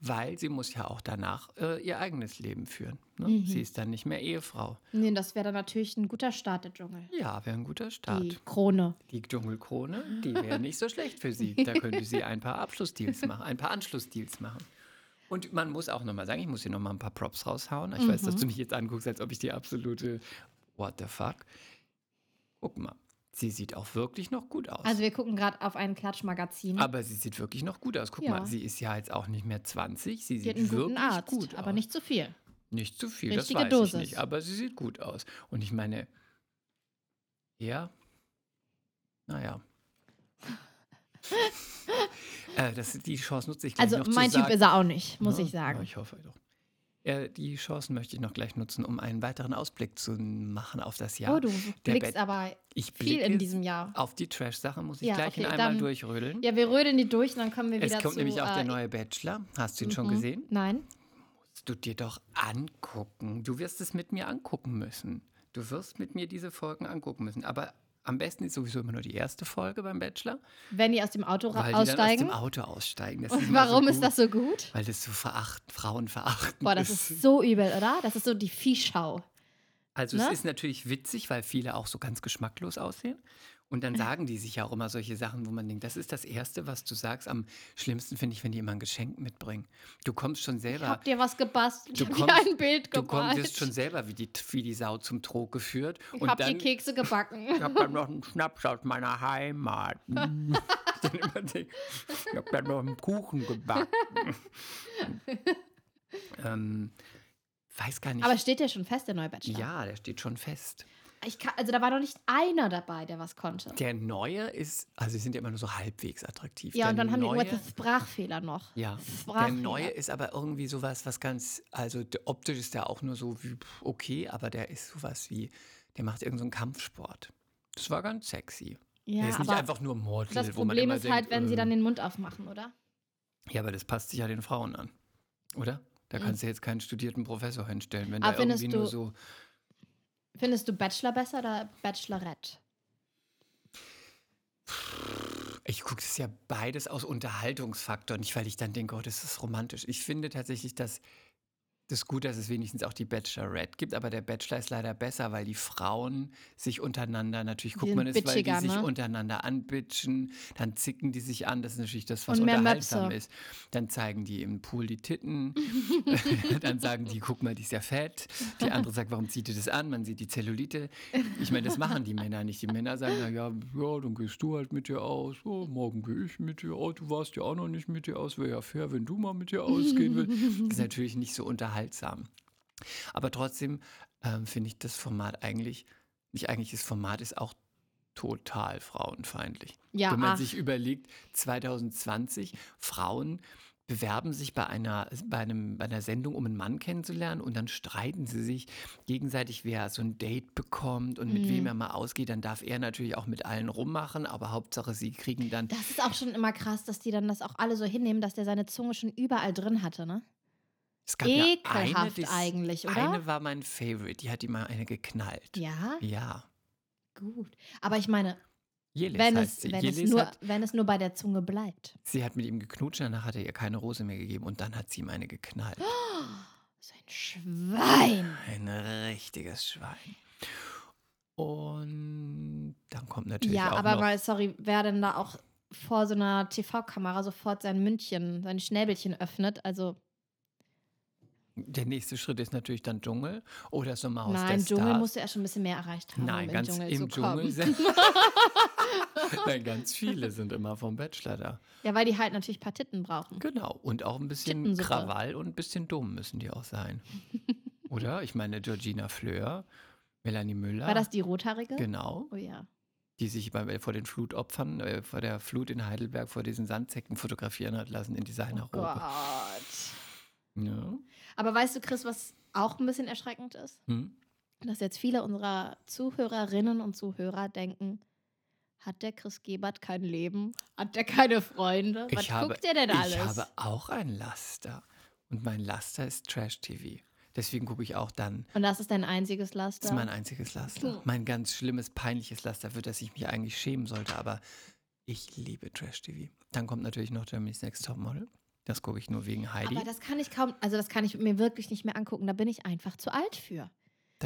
[SPEAKER 3] Weil sie muss ja auch danach äh, ihr eigenes Leben führen. Ne?
[SPEAKER 2] Mhm.
[SPEAKER 3] Sie ist dann nicht mehr Ehefrau.
[SPEAKER 2] nee, das wäre dann natürlich ein guter Start, der Dschungel.
[SPEAKER 3] Ja, wäre ein guter Start.
[SPEAKER 2] Die
[SPEAKER 3] Die,
[SPEAKER 2] Krone.
[SPEAKER 3] Dschungelkrone, die wäre nicht so schlecht für sie. Da könnte sie ein paar Abschlussdeals machen, ein paar Anschlussdeals machen. Und man muss auch nochmal sagen, ich muss hier nochmal ein paar Props raushauen. Ich weiß,
[SPEAKER 2] Mhm.
[SPEAKER 3] dass du mich jetzt anguckst, als ob ich die absolute What the fuck. Guck mal, sie sieht auch wirklich noch gut aus.
[SPEAKER 2] Also wir gucken gerade auf ein Klatschmagazin.
[SPEAKER 3] aber sie sieht wirklich noch gut aus. Guck
[SPEAKER 2] Ja.
[SPEAKER 3] mal, sie ist ja jetzt auch nicht mehr 20. Sie
[SPEAKER 2] Sie hat einen
[SPEAKER 3] sieht
[SPEAKER 2] guten
[SPEAKER 3] wirklich
[SPEAKER 2] Arzt,
[SPEAKER 3] gut aus.
[SPEAKER 2] aber nicht zu viel.
[SPEAKER 3] Nicht zu viel,
[SPEAKER 2] Richtige
[SPEAKER 3] das weiß
[SPEAKER 2] Dosis.
[SPEAKER 3] ich nicht. Aber sie sieht gut aus. Und ich meine, ja, naja. äh, das, die Ne? Chance nutze ich gleich
[SPEAKER 2] Also
[SPEAKER 3] noch
[SPEAKER 2] mein
[SPEAKER 3] zu
[SPEAKER 2] Typ
[SPEAKER 3] sagen.
[SPEAKER 2] ist er auch nicht, muss
[SPEAKER 3] Ja,
[SPEAKER 2] ich
[SPEAKER 3] ja,
[SPEAKER 2] sagen.
[SPEAKER 3] Ich hoffe doch. Äh, die Chance möchte ich noch gleich nutzen, um einen weiteren Ausblick zu machen auf das Jahr.
[SPEAKER 2] oh, du
[SPEAKER 3] Der
[SPEAKER 2] blickst
[SPEAKER 3] Bett-
[SPEAKER 2] aber
[SPEAKER 3] ich
[SPEAKER 2] viel
[SPEAKER 3] blicke
[SPEAKER 2] in diesem Jahr.
[SPEAKER 3] Auf die Trash-Sache muss ich
[SPEAKER 2] Ja,
[SPEAKER 3] gleich in
[SPEAKER 2] okay,
[SPEAKER 3] einmal
[SPEAKER 2] dann-
[SPEAKER 3] durchrödeln.
[SPEAKER 2] Ja, wir rödeln die durch und dann kommen wir wieder
[SPEAKER 3] es kommt
[SPEAKER 2] zu...
[SPEAKER 3] nämlich auch
[SPEAKER 2] äh,
[SPEAKER 3] der neue Bachelor. Hast du ihn schon
[SPEAKER 2] mhm.
[SPEAKER 3] gesehen?
[SPEAKER 2] Nein.
[SPEAKER 3] musst du dir doch angucken. Du wirst es mit mir angucken müssen. Du wirst mit mir diese Folgen angucken müssen. Aber am besten ist sowieso immer nur die erste Folge beim Bachelor,
[SPEAKER 2] Wenn die aus dem Auto ra-
[SPEAKER 3] weil die
[SPEAKER 2] aussteigen.
[SPEAKER 3] dann aus dem Auto aussteigen. Das
[SPEAKER 2] und
[SPEAKER 3] immer
[SPEAKER 2] warum
[SPEAKER 3] so
[SPEAKER 2] ist
[SPEAKER 3] gut,
[SPEAKER 2] das so gut?
[SPEAKER 3] Weil das so veracht, Frauen verachten.
[SPEAKER 2] Boah, das ist so übel, oder? Das ist so die Viehschau.
[SPEAKER 3] Also
[SPEAKER 2] ne?
[SPEAKER 3] es ist natürlich witzig, weil viele auch so ganz geschmacklos aussehen. Und dann sagen die sich ja auch immer solche Sachen, wo man denkt, das ist das Erste, was du sagst. Am schlimmsten finde ich, wenn die immer ein Geschenk mitbringen. Du kommst schon selber.
[SPEAKER 2] Habt ihr was gebastelt?
[SPEAKER 3] Du
[SPEAKER 2] Ich hab
[SPEAKER 3] kommst-
[SPEAKER 2] hier ein Bild
[SPEAKER 3] Du komm-
[SPEAKER 2] gemalt.
[SPEAKER 3] wirst schon selber wie die, wie die Sau zum Trog geführt.
[SPEAKER 2] ich hab hier Kekse gebacken.
[SPEAKER 3] Ich habe dann noch einen Schnaps aus meiner Heimat. Mm. ich dann immer denk, ich habe dann noch einen Kuchen gebacken. ähm, weiß gar nicht.
[SPEAKER 2] Aber steht ja schon fest, der neue Bachelor.
[SPEAKER 3] ja, der steht schon fest.
[SPEAKER 2] Ich kann, also da war noch nicht einer dabei, der was konnte.
[SPEAKER 3] Der neue ist, also sie sind ja immer nur so halbwegs attraktiv.
[SPEAKER 2] ja,
[SPEAKER 3] der
[SPEAKER 2] und dann haben die
[SPEAKER 3] neue,
[SPEAKER 2] irgendwelche Sprachfehler noch.
[SPEAKER 3] ja, der
[SPEAKER 2] Sprachfehler.
[SPEAKER 3] neue ist aber irgendwie sowas, was ganz, also d- optisch ist der auch nur so wie pff, okay, aber der ist sowas wie, der macht irgendeinen so einen Kampfsport. Das war ganz sexy.
[SPEAKER 2] ja,
[SPEAKER 3] der ist nicht
[SPEAKER 2] aber
[SPEAKER 3] einfach nur Model,
[SPEAKER 2] das
[SPEAKER 3] wo man
[SPEAKER 2] Problem
[SPEAKER 3] immer
[SPEAKER 2] ist halt,
[SPEAKER 3] denkt,
[SPEAKER 2] wenn sie
[SPEAKER 3] äh,
[SPEAKER 2] dann den Mund aufmachen, oder?
[SPEAKER 3] Ja, aber das passt sich ja den Frauen an, oder? Da
[SPEAKER 2] Mhm.
[SPEAKER 3] kannst du jetzt keinen studierten Professor hinstellen, wenn
[SPEAKER 2] Aber
[SPEAKER 3] der
[SPEAKER 2] findest
[SPEAKER 3] irgendwie nur
[SPEAKER 2] du-
[SPEAKER 3] so.
[SPEAKER 2] Findest du Bachelor besser oder Bachelorette?
[SPEAKER 3] Ich gucke es ja beides aus Unterhaltungsfaktor, nicht weil ich dann denke, oh, das ist romantisch. Ich finde tatsächlich, dass das gut, dass es wenigstens auch die Bachelorette gibt, aber der Bachelor ist leider besser, weil die Frauen sich untereinander natürlich guckt
[SPEAKER 2] sind
[SPEAKER 3] man es, weil die
[SPEAKER 2] bitchiger,
[SPEAKER 3] sich
[SPEAKER 2] ne?
[SPEAKER 3] untereinander anbitschen, dann zicken die sich an, das ist natürlich das, was
[SPEAKER 2] Und mehr
[SPEAKER 3] unterhaltsam
[SPEAKER 2] Möpse.
[SPEAKER 3] ist. Dann zeigen die im Pool die Titten, dann sagen die, guck mal, die ist ja fett. Die andere sagt, warum zieht ihr das an? Man sieht die Zellulite. Ich meine, das machen die Männer nicht. Die Männer sagen, na ja, ja, dann gehst du halt mit dir aus. Oh, morgen gehe ich mit dir aus. Du warst ja auch noch nicht mit dir aus. Wäre ja fair, wenn du mal mit dir ausgehen willst. Ist natürlich nicht so unterhaltsam. Aber trotzdem ähm, finde ich das Format eigentlich, nicht eigentlich, das Format ist auch total frauenfeindlich.
[SPEAKER 2] Ja, ah.
[SPEAKER 3] Wenn man
[SPEAKER 2] ach.
[SPEAKER 3] sich überlegt, 2020, Frauen bewerben sich bei einer, bei, einem, bei einer Sendung, um einen Mann kennenzulernen und dann streiten sie sich gegenseitig, wer so ein Date bekommt und mit
[SPEAKER 2] Mhm.
[SPEAKER 3] wem er mal ausgeht, dann darf er natürlich auch mit allen rummachen, aber Hauptsache, sie kriegen dann
[SPEAKER 2] Das ist auch schon immer krass, dass die dann das auch alle so hinnehmen, dass der seine Zunge schon überall drin hatte, ne?
[SPEAKER 3] es gab ja eine,
[SPEAKER 2] ekelhaft
[SPEAKER 3] die-
[SPEAKER 2] eigentlich, oder?
[SPEAKER 3] Eine war mein Favorite, die hat ihm mal eine geknallt.
[SPEAKER 2] Ja,
[SPEAKER 3] Ja.
[SPEAKER 2] gut. Aber ich meine,
[SPEAKER 3] Jelis
[SPEAKER 2] wenn
[SPEAKER 3] heißt
[SPEAKER 2] es,
[SPEAKER 3] sie.
[SPEAKER 2] wenn, es
[SPEAKER 3] Jelis
[SPEAKER 2] nur,
[SPEAKER 3] hat,
[SPEAKER 2] wenn es nur bei der Zunge bleibt.
[SPEAKER 3] sie hat mit ihm geknutscht, danach hat er ihr keine Rose mehr gegeben und dann hat sie ihm eine geknallt.
[SPEAKER 2] So ein Schwein.
[SPEAKER 3] Ein richtiges Schwein. Und dann kommt natürlich
[SPEAKER 2] ja,
[SPEAKER 3] auch
[SPEAKER 2] aber
[SPEAKER 3] noch,
[SPEAKER 2] mal, sorry, wer denn da auch vor so einer TV-Kamera sofort sein Mündchen, sein Schnäbelchen öffnet? Also,
[SPEAKER 3] der nächste Schritt ist natürlich dann Dschungel oder Sommerhaus der
[SPEAKER 2] nein, Dschungel
[SPEAKER 3] Stars.
[SPEAKER 2] musst du ja schon ein bisschen mehr erreicht haben,
[SPEAKER 3] Nein,
[SPEAKER 2] um
[SPEAKER 3] ganz
[SPEAKER 2] im Dschungel zu
[SPEAKER 3] Dschungel
[SPEAKER 2] kommen.
[SPEAKER 3] sind- Nein, ganz viele sind immer vom Bachelor da.
[SPEAKER 2] Ja, weil die halt natürlich ein paar Titten brauchen.
[SPEAKER 3] Genau. Und auch ein bisschen
[SPEAKER 2] Tittensuppe.
[SPEAKER 3] Krawall und ein bisschen dumm müssen die auch sein. Oder? Ich meine, Georgina Fleur, Melanie Müller.
[SPEAKER 2] War das die Rothaarige?
[SPEAKER 3] Genau.
[SPEAKER 2] Oh ja.
[SPEAKER 3] die sich beim, äh, vor den Flutopfern, äh, vor der Flut in Heidelberg, vor diesen Sandsäcken fotografieren hat lassen in
[SPEAKER 2] Oh
[SPEAKER 3] Designerrobe.
[SPEAKER 2] Gott.
[SPEAKER 3] ja.
[SPEAKER 2] Aber weißt du, Chris, was auch ein bisschen erschreckend ist?
[SPEAKER 3] hm?
[SPEAKER 2] Dass jetzt viele unserer Zuhörerinnen und Zuhörer denken, hat der Chris Gebert kein Leben? Hat der keine Freunde? Was
[SPEAKER 3] Ich habe-
[SPEAKER 2] guckt der denn alles?
[SPEAKER 3] Ich habe auch ein Laster. Und mein Laster ist Trash-TV. Deswegen gucke ich auch dann.
[SPEAKER 2] und das ist dein einziges Laster?
[SPEAKER 3] Das ist mein einziges Laster.
[SPEAKER 2] Hm.
[SPEAKER 3] Mein ganz schlimmes, peinliches Laster, für das ich mich eigentlich schämen sollte. Aber ich liebe Trash-TV. Dann kommt natürlich noch Germany's Next Topmodel. Das gucke ich nur wegen Heidi.
[SPEAKER 2] Aber
[SPEAKER 3] Das,
[SPEAKER 2] das kann ich kaum, also das kann ich mir wirklich nicht mehr angucken. Da bin ich einfach zu alt für.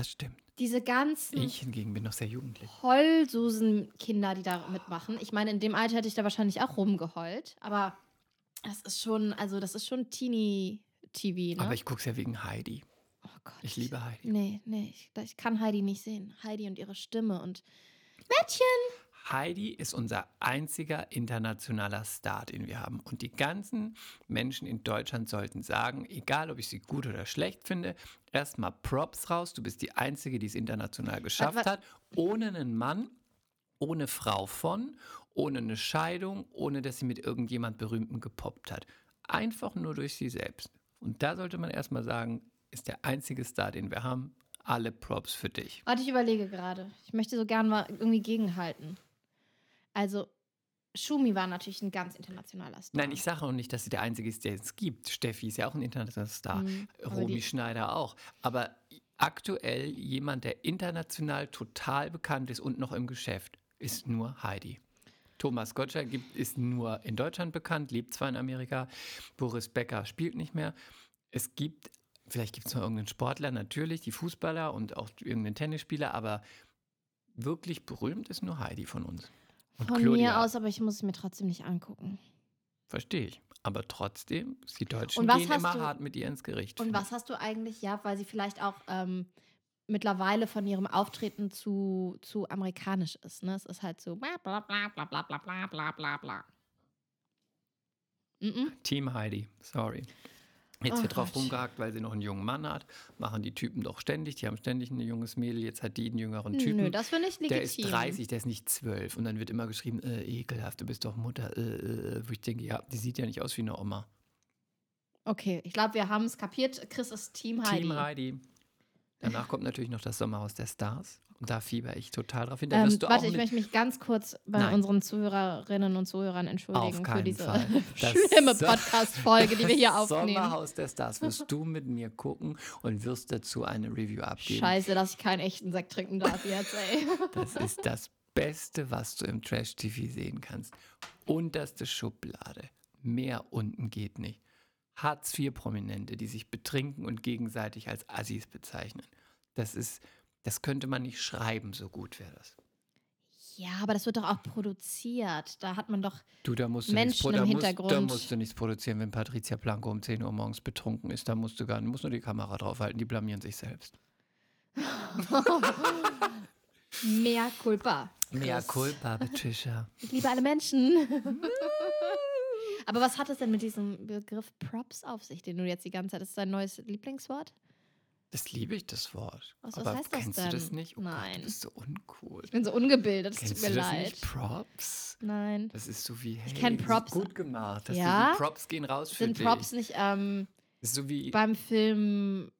[SPEAKER 3] stimmt.
[SPEAKER 2] Diese ganzen
[SPEAKER 3] Ich hingegen bin noch sehr jugendlich.
[SPEAKER 2] Heulsusen-Kinder, die da mitmachen. Ich meine, in dem Alter hätte ich da wahrscheinlich auch rumgeheult. Aber das ist schon, also das ist schon Teenie-TV, ne?
[SPEAKER 3] Aber ich gucke es ja wegen Heidi.
[SPEAKER 2] oh Gott.
[SPEAKER 3] Ich liebe Heidi.
[SPEAKER 2] Nee, nee, ich, ich kann Heidi nicht sehen. Heidi und ihre Stimme und Mädchen.
[SPEAKER 3] Heidi ist unser einziger internationaler Star, den wir haben. Und die ganzen Menschen in Deutschland sollten sagen, egal ob ich sie gut oder schlecht finde, erstmal Props raus. Du bist die Einzige, die es international geschafft
[SPEAKER 2] wa-
[SPEAKER 3] hat. Ohne einen Mann, ohne Frau von, ohne eine Scheidung, ohne dass sie mit irgendjemand Berühmten gepoppt hat. Einfach nur durch sie selbst. Und da sollte man erstmal sagen, ist der einzige Star, den wir haben. Alle Props für dich.
[SPEAKER 2] Warte, ich überlege gerade. Ich möchte so gern mal irgendwie gegenhalten. Also, Schumi war natürlich ein ganz internationaler Star.
[SPEAKER 3] Nein, ich sage auch nicht, dass sie der Einzige ist, der es gibt. Steffi ist ja auch ein internationaler Star.
[SPEAKER 2] Mhm, aber
[SPEAKER 3] äh, Romy
[SPEAKER 2] die-
[SPEAKER 3] Schneider auch. Aber aktuell jemand, der international total bekannt ist und noch im Geschäft, ist nur Heidi. Thomas Gottschalk gibt, ist nur in Deutschland bekannt, lebt zwar in Amerika. Boris Becker spielt nicht mehr. Es gibt, vielleicht gibt es noch irgendeinen Sportler, natürlich, die Fußballer und auch irgendeinen Tennisspieler, aber wirklich berühmt ist nur Heidi von uns. Und
[SPEAKER 2] Von mir
[SPEAKER 3] Claudia.
[SPEAKER 2] aus, aber ich muss es mir trotzdem nicht angucken.
[SPEAKER 3] Verstehe ich. Aber trotzdem, die Deutschen
[SPEAKER 2] Und was
[SPEAKER 3] gehen
[SPEAKER 2] hast
[SPEAKER 3] immer
[SPEAKER 2] du-
[SPEAKER 3] hart mit ihr ins Gericht.
[SPEAKER 2] Und was hast du eigentlich, ja, weil sie vielleicht auch ähm, mittlerweile von ihrem Auftreten zu, zu amerikanisch ist, ne? Es ist halt so bla bla bla bla bla bla bla bla bla bla. Mhm.
[SPEAKER 3] Team Heidi, sorry. Jetzt
[SPEAKER 2] Oh
[SPEAKER 3] wird drauf
[SPEAKER 2] Gott.
[SPEAKER 3] rumgehackt, weil sie noch einen jungen Mann hat. Machen die Typen doch ständig. Die haben ständig ein junges Mädel. Jetzt hat die einen jüngeren Typen.
[SPEAKER 2] Nö, das finde ich legitim.
[SPEAKER 3] der ist 30, der ist nicht 12. Und dann wird immer geschrieben, äh, ekelhaft, du bist doch Mutter. Äh, äh, äh. wo ich denke, ja, die sieht ja nicht aus wie eine Oma.
[SPEAKER 2] Okay, ich glaube, wir haben es kapiert. Chris ist Team Heidi.
[SPEAKER 3] Team Heidi. Danach kommt natürlich noch das Sommerhaus der Stars. Und da fieber ich total drauf hin. Da
[SPEAKER 2] Ähm,
[SPEAKER 3] wirst du auch
[SPEAKER 2] warte, ich
[SPEAKER 3] mit
[SPEAKER 2] möchte mich ganz kurz bei
[SPEAKER 3] Nein.
[SPEAKER 2] unseren Zuhörerinnen und Zuhörern entschuldigen
[SPEAKER 3] Auf
[SPEAKER 2] für
[SPEAKER 3] keinen
[SPEAKER 2] diese
[SPEAKER 3] Fall. Das
[SPEAKER 2] schlimme
[SPEAKER 3] So-
[SPEAKER 2] Podcast-Folge, die wir hier
[SPEAKER 3] Das
[SPEAKER 2] aufnehmen.
[SPEAKER 3] Sommerhaus der Stars wirst du mit mir gucken und wirst dazu eine Review abgeben.
[SPEAKER 2] Scheiße, dass ich keinen echten Sekt trinken darf jetzt, ey.
[SPEAKER 3] Das ist das Beste, was du im Trash-TV sehen kannst. Unterste Schublade. Mehr unten geht nicht. Hartz-IV-Prominente, die sich betrinken und gegenseitig als Assis bezeichnen. Das ist, das könnte man nicht schreiben, so gut wäre das.
[SPEAKER 2] Ja, aber das wird doch auch produziert. Da hat man doch.
[SPEAKER 3] Du, da musst du
[SPEAKER 2] Menschen
[SPEAKER 3] nichts, pro- da
[SPEAKER 2] im
[SPEAKER 3] musst, da
[SPEAKER 2] Hintergrund.
[SPEAKER 3] musst du nichts produzieren, wenn Patricia Blanco um 10 Uhr morgens betrunken ist. Da musst du gar nicht, musst nur die Kamera draufhalten, die blamieren sich selbst.
[SPEAKER 2] Mehr Culpa.
[SPEAKER 3] Mea
[SPEAKER 2] Chris.
[SPEAKER 3] culpa, Patricia.
[SPEAKER 2] Ich liebe alle Menschen. aber was hat es denn mit diesem Begriff Props auf sich, den du jetzt die ganze Zeit. Ist das dein neues Lieblingswort?
[SPEAKER 3] Das liebe ich, das Wort.
[SPEAKER 2] Was- was
[SPEAKER 3] Aber
[SPEAKER 2] Oh, heißt das
[SPEAKER 3] kennst du das
[SPEAKER 2] denn?
[SPEAKER 3] nicht? Oh Gott,
[SPEAKER 2] Nein.
[SPEAKER 3] du bist so uncool.
[SPEAKER 2] Ich bin so ungebildet, es tut
[SPEAKER 3] Kennst
[SPEAKER 2] mir
[SPEAKER 3] du das
[SPEAKER 2] leid.
[SPEAKER 3] nicht? Props?
[SPEAKER 2] Nein.
[SPEAKER 3] Das ist so wie, hey,
[SPEAKER 2] kenn
[SPEAKER 3] das ist
[SPEAKER 2] Props.
[SPEAKER 3] gut gemacht. Das
[SPEAKER 2] Ja?
[SPEAKER 3] sind die Props gehen raus für
[SPEAKER 2] Sind
[SPEAKER 3] dich.
[SPEAKER 2] Props nicht ähm,
[SPEAKER 3] Das ist so wie,
[SPEAKER 2] beim Film,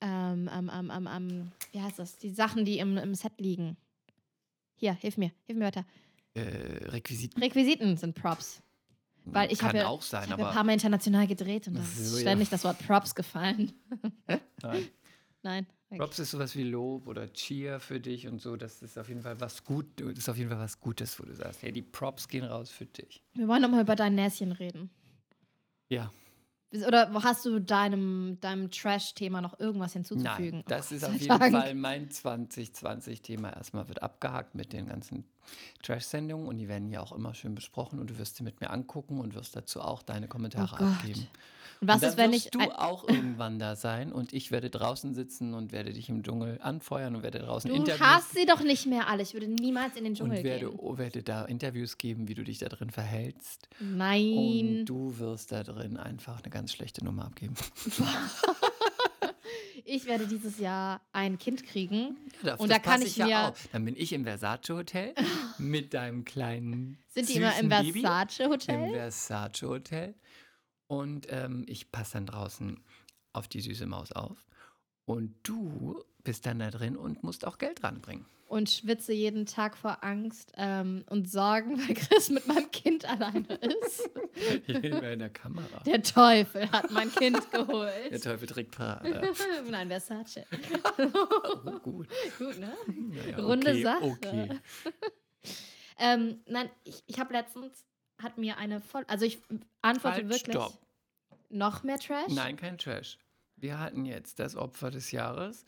[SPEAKER 2] ähm, ähm, ähm, ähm, ähm, wie heißt das? Die Sachen, die im, im Set liegen. Hier, hilf mir, hilf mir weiter.
[SPEAKER 3] äh, Requisiten.
[SPEAKER 2] Requisiten sind Props. Weil ich
[SPEAKER 3] Kann
[SPEAKER 2] habe ja,
[SPEAKER 3] auch sein,
[SPEAKER 2] ich hab ja
[SPEAKER 3] aber...
[SPEAKER 2] ein paar Mal international gedreht und da
[SPEAKER 3] Ach so,
[SPEAKER 2] ist
[SPEAKER 3] ja.
[SPEAKER 2] ständig das Wort Props gefallen.
[SPEAKER 3] Nein.
[SPEAKER 2] Nein. okay.
[SPEAKER 3] Props ist sowas wie Lob oder Cheer für dich und so. Das ist auf jeden Fall was gut, das ist auf jeden Fall was Gutes, wo du sagst, hey, die Props gehen raus für dich.
[SPEAKER 2] Wir wollen nochmal über dein Näschen reden.
[SPEAKER 3] Ja.
[SPEAKER 2] Oder hast du deinem, deinem Trash-Thema noch irgendwas hinzuzufügen? Oh,
[SPEAKER 3] Nein, das ist
[SPEAKER 2] Gott
[SPEAKER 3] auf
[SPEAKER 2] sei
[SPEAKER 3] jeden
[SPEAKER 2] Dank.
[SPEAKER 3] Fall mein 2020-Thema. Erstmal wird abgehakt mit den ganzen Trash-Sendungen und die werden ja auch immer schön besprochen und du wirst sie mit mir angucken und wirst dazu auch deine Kommentare
[SPEAKER 2] Oh Gott.
[SPEAKER 3] abgeben.
[SPEAKER 2] Und was
[SPEAKER 3] und dann
[SPEAKER 2] ist, wenn
[SPEAKER 3] wirst
[SPEAKER 2] ich.
[SPEAKER 3] du
[SPEAKER 2] ein-
[SPEAKER 3] auch irgendwann da sein und ich werde draußen sitzen und werde dich im Dschungel anfeuern und werde draußen
[SPEAKER 2] du
[SPEAKER 3] Interviews
[SPEAKER 2] hast sie doch nicht mehr alle. Ich würde niemals in den Dschungel
[SPEAKER 3] und werde,
[SPEAKER 2] gehen.
[SPEAKER 3] oh, werde da Interviews geben, wie du dich da drin verhältst.
[SPEAKER 2] Nein.
[SPEAKER 3] Und du wirst da drin einfach eine ganz schlechte Nummer abgeben.
[SPEAKER 2] Ich werde dieses Jahr ein Kind kriegen.
[SPEAKER 3] Ja,
[SPEAKER 2] Und da kann
[SPEAKER 3] passe
[SPEAKER 2] ich mir-
[SPEAKER 3] auch. Dann bin ich im Versace Hotel mit deinem kleinen.
[SPEAKER 2] Sind die immer im
[SPEAKER 3] süßen Baby. Im
[SPEAKER 2] Versace-Hotel?
[SPEAKER 3] Versace Hotel. Und ähm, ich passe dann draußen auf die süße Maus auf. Und du bist dann da drin und musst auch Geld ranbringen.
[SPEAKER 2] Und schwitze jeden Tag vor Angst ähm, und Sorgen, weil Chris mit meinem Kind alleine ist.
[SPEAKER 3] Ich bin in der Kamera.
[SPEAKER 2] Der Teufel hat mein Kind
[SPEAKER 3] Der
[SPEAKER 2] geholt.
[SPEAKER 3] Teufel trägt Parade.
[SPEAKER 2] Nein, Versace.
[SPEAKER 3] Oh, gut.
[SPEAKER 2] Gut, ne?
[SPEAKER 3] Naja,
[SPEAKER 2] Runde
[SPEAKER 3] okay,
[SPEAKER 2] Sache.
[SPEAKER 3] Okay.
[SPEAKER 2] Ähm, nein, ich, ich habe letztens, hat mir eine voll, also ich antworte
[SPEAKER 3] Halt,
[SPEAKER 2] wirklich
[SPEAKER 3] stopp.
[SPEAKER 2] noch mehr Trash.
[SPEAKER 3] Nein, kein Trash. Wir hatten jetzt das Opfer des Jahres.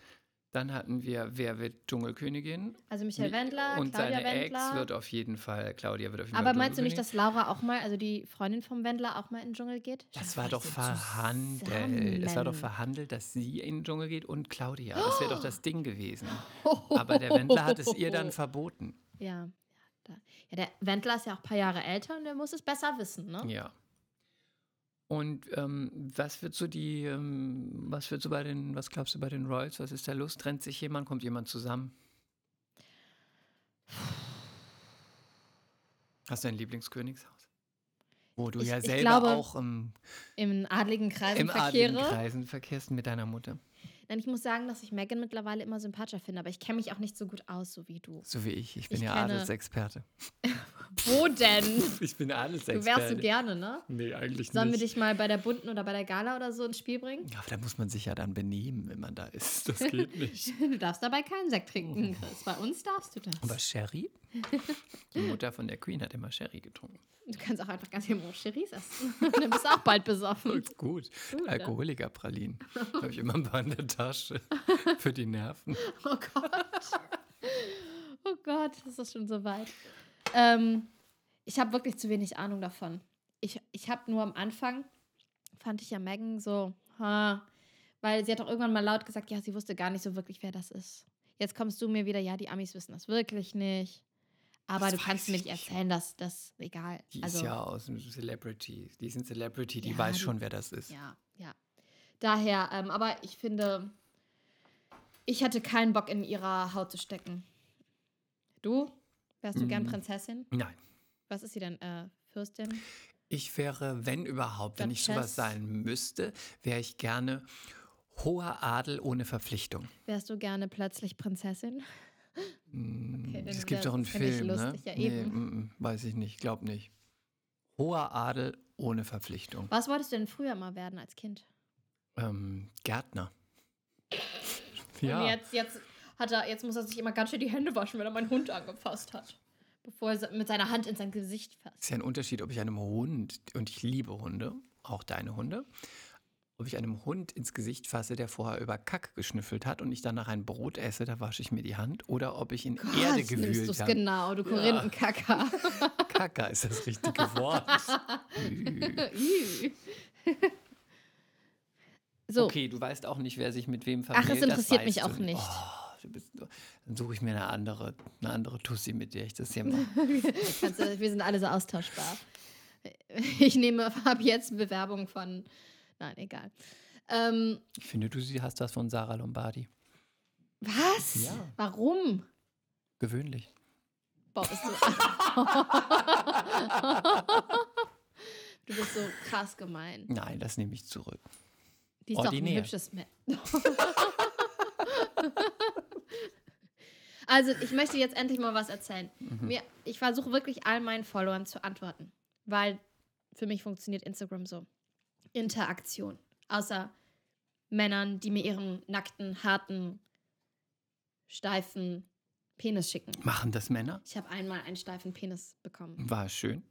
[SPEAKER 3] Dann hatten wir Wer wird Dschungelkönigin?
[SPEAKER 2] Also Michael
[SPEAKER 3] Mi-
[SPEAKER 2] Wendler,
[SPEAKER 3] und
[SPEAKER 2] Claudia
[SPEAKER 3] seine
[SPEAKER 2] Wendler.
[SPEAKER 3] Ex wird auf jeden Fall, Claudia wird auf jeden
[SPEAKER 2] aber
[SPEAKER 3] Fall.
[SPEAKER 2] meinst du nicht,
[SPEAKER 3] Dschungelkönigin.
[SPEAKER 2] dass Laura auch mal, also die Freundin vom Wendler, auch mal in den Dschungel geht?
[SPEAKER 3] Das war doch verhandelt. Es war doch verhandelt, dass sie in den Dschungel geht und Claudia. Das wäre doch das Ding gewesen. Aber der Wendler hat es ihr dann verboten.
[SPEAKER 2] Ja. Ja, da. ja, der Wendler ist ja auch ein paar Jahre älter und der muss es besser wissen, ne?
[SPEAKER 3] Ja. Und ähm, was wird so die, ähm, was wird so bei den, was glaubst du bei den Royals? Was ist da los? Trennt sich jemand? Kommt jemand zusammen? Hast du ein Lieblingskönigshaus? Wo du
[SPEAKER 2] Ich-
[SPEAKER 3] ja
[SPEAKER 2] ich
[SPEAKER 3] selber
[SPEAKER 2] glaube,
[SPEAKER 3] auch im,
[SPEAKER 2] Im adligen Kreisen
[SPEAKER 3] im adligen
[SPEAKER 2] Also verkehre.
[SPEAKER 3] Kreisen verkehrst mit deiner Mutter.
[SPEAKER 2] Nein, ich muss sagen, dass ich Megan mittlerweile immer sympathischer finde, aber ich kenne mich auch nicht so gut aus, so wie du.
[SPEAKER 3] So wie ich. Ich bin
[SPEAKER 2] Ich
[SPEAKER 3] ja
[SPEAKER 2] kenne-
[SPEAKER 3] Adelsexperte.
[SPEAKER 2] Wo denn?
[SPEAKER 3] Ich bin Adelsexperte.
[SPEAKER 2] Du wärst du gerne, ne?
[SPEAKER 3] Nee, eigentlich
[SPEAKER 2] Sollen wir
[SPEAKER 3] nicht.
[SPEAKER 2] dich mal bei der bunten oder bei der Gala oder so ins Spiel bringen?
[SPEAKER 3] ja, aber da muss man sich ja dann benehmen, wenn man da ist. Das geht nicht.
[SPEAKER 2] Du darfst dabei keinen Sekt trinken, Chris. Bei uns darfst du das.
[SPEAKER 3] Aber Sherry? Die Mutter von der Queen hat immer Sherry getrunken.
[SPEAKER 2] Du kannst auch einfach ganz viel Cheris essen. Dann bist du auch bald besoffen.
[SPEAKER 3] Oh, Gut.
[SPEAKER 2] Gut,
[SPEAKER 3] Alkoholikerpralinen. Habe ich immer ein paar in der Tasche. Für die Nerven.
[SPEAKER 2] Oh Gott. Oh Gott, das ist schon so weit. Ähm, ich habe wirklich zu wenig Ahnung davon. Ich, ich habe nur am Anfang, fand ich ja Megan so, ha, weil sie hat auch irgendwann mal laut gesagt, ja, sie wusste gar nicht so wirklich, wer das ist. Jetzt kommst du mir wieder, ja, die Amis wissen das wirklich nicht. Aber
[SPEAKER 3] Das
[SPEAKER 2] du
[SPEAKER 3] weiß
[SPEAKER 2] kannst mir
[SPEAKER 3] ich
[SPEAKER 2] nicht erzählen, dass das egal.
[SPEAKER 3] Die
[SPEAKER 2] also,
[SPEAKER 3] ist ja aus dem Celebrity. Die ist ein Celebrity. Die
[SPEAKER 2] Ja,
[SPEAKER 3] weiß
[SPEAKER 2] die-
[SPEAKER 3] schon, wer das ist.
[SPEAKER 2] Ja, ja. Daher, ähm, aber ich finde, ich hatte keinen Bock, in ihrer Haut zu stecken. Du? Wärst du gern
[SPEAKER 3] Mhm.
[SPEAKER 2] Prinzessin?
[SPEAKER 3] Nein.
[SPEAKER 2] Was ist sie denn? Äh, Fürstin?
[SPEAKER 3] Ich wäre, wenn überhaupt, wenn ich
[SPEAKER 2] Duchess?
[SPEAKER 3] sowas sein müsste, wäre ich gerne hoher Adel ohne Verpflichtung.
[SPEAKER 2] Wärst du gerne plötzlich Prinzessin? Okay, dann
[SPEAKER 3] es Hm, gibt
[SPEAKER 2] wär-
[SPEAKER 3] doch einen
[SPEAKER 2] das finde ich
[SPEAKER 3] Film,
[SPEAKER 2] lustig,
[SPEAKER 3] ne?
[SPEAKER 2] ja, eben.
[SPEAKER 3] mm, mm, weiß ich nicht, glaub nicht. Hoher Adel ohne Verpflichtung.
[SPEAKER 2] Was wolltest du denn früher mal werden als Kind?
[SPEAKER 3] Ähm, Gärtner.
[SPEAKER 2] Und
[SPEAKER 3] ja,
[SPEAKER 2] jetzt, jetzt, hat er, jetzt muss er sich immer ganz schön die Hände waschen, wenn er meinen Hund angefasst hat. Bevor er se- mit seiner Hand in sein Gesicht fasst.
[SPEAKER 3] ist ja ein Unterschied, ob ich einem Hund, und ich liebe Hunde, auch deine Hunde, ob ich einem Hund ins Gesicht fasse, der vorher über Kack geschnüffelt hat und ich danach ein Brot esse, da wasche ich mir die Hand, oder ob ich in Erde
[SPEAKER 2] Gott, nimmst
[SPEAKER 3] gewühlt
[SPEAKER 2] du's
[SPEAKER 3] habe.
[SPEAKER 2] genau, du Korinthenkacker.
[SPEAKER 3] Kacker ist das richtige Wort.
[SPEAKER 2] Ih. so,
[SPEAKER 3] Okay, du weißt auch nicht, wer sich mit wem
[SPEAKER 2] ach,
[SPEAKER 3] vermählt.
[SPEAKER 2] es
[SPEAKER 3] das
[SPEAKER 2] interessiert mich
[SPEAKER 3] weißt
[SPEAKER 2] auch
[SPEAKER 3] du
[SPEAKER 2] nicht.
[SPEAKER 3] Oh, du bist, dann suche ich mir eine andere, eine andere Tussi, mit der ich das hier mache.
[SPEAKER 2] Kannst du, wir sind alle so austauschbar. Ich nehme ab jetzt Bewerbung von. Nein, egal. Ähm,
[SPEAKER 3] Ich finde, du sie- hast das von Sarah Lombardi.
[SPEAKER 2] was?
[SPEAKER 3] Ja.
[SPEAKER 2] Warum?
[SPEAKER 3] Gewöhnlich.
[SPEAKER 2] Boah, bist du, du bist so krass gemein.
[SPEAKER 3] Nein, das nehme ich zurück.
[SPEAKER 2] Die ist doch ein
[SPEAKER 3] Ordinär.
[SPEAKER 2] hübsches Mädchen. also, ich möchte jetzt endlich mal was erzählen.
[SPEAKER 3] Hm. Mhm.
[SPEAKER 2] Mir, ich versuche wirklich all meinen Followern zu antworten, weil für mich funktioniert Instagram so. Interaktion. Außer Männern, die mir ihren nackten, harten, steifen Penis schicken.
[SPEAKER 3] Machen das Männer?
[SPEAKER 2] Ich habe einmal einen steifen Penis bekommen.
[SPEAKER 3] War schön.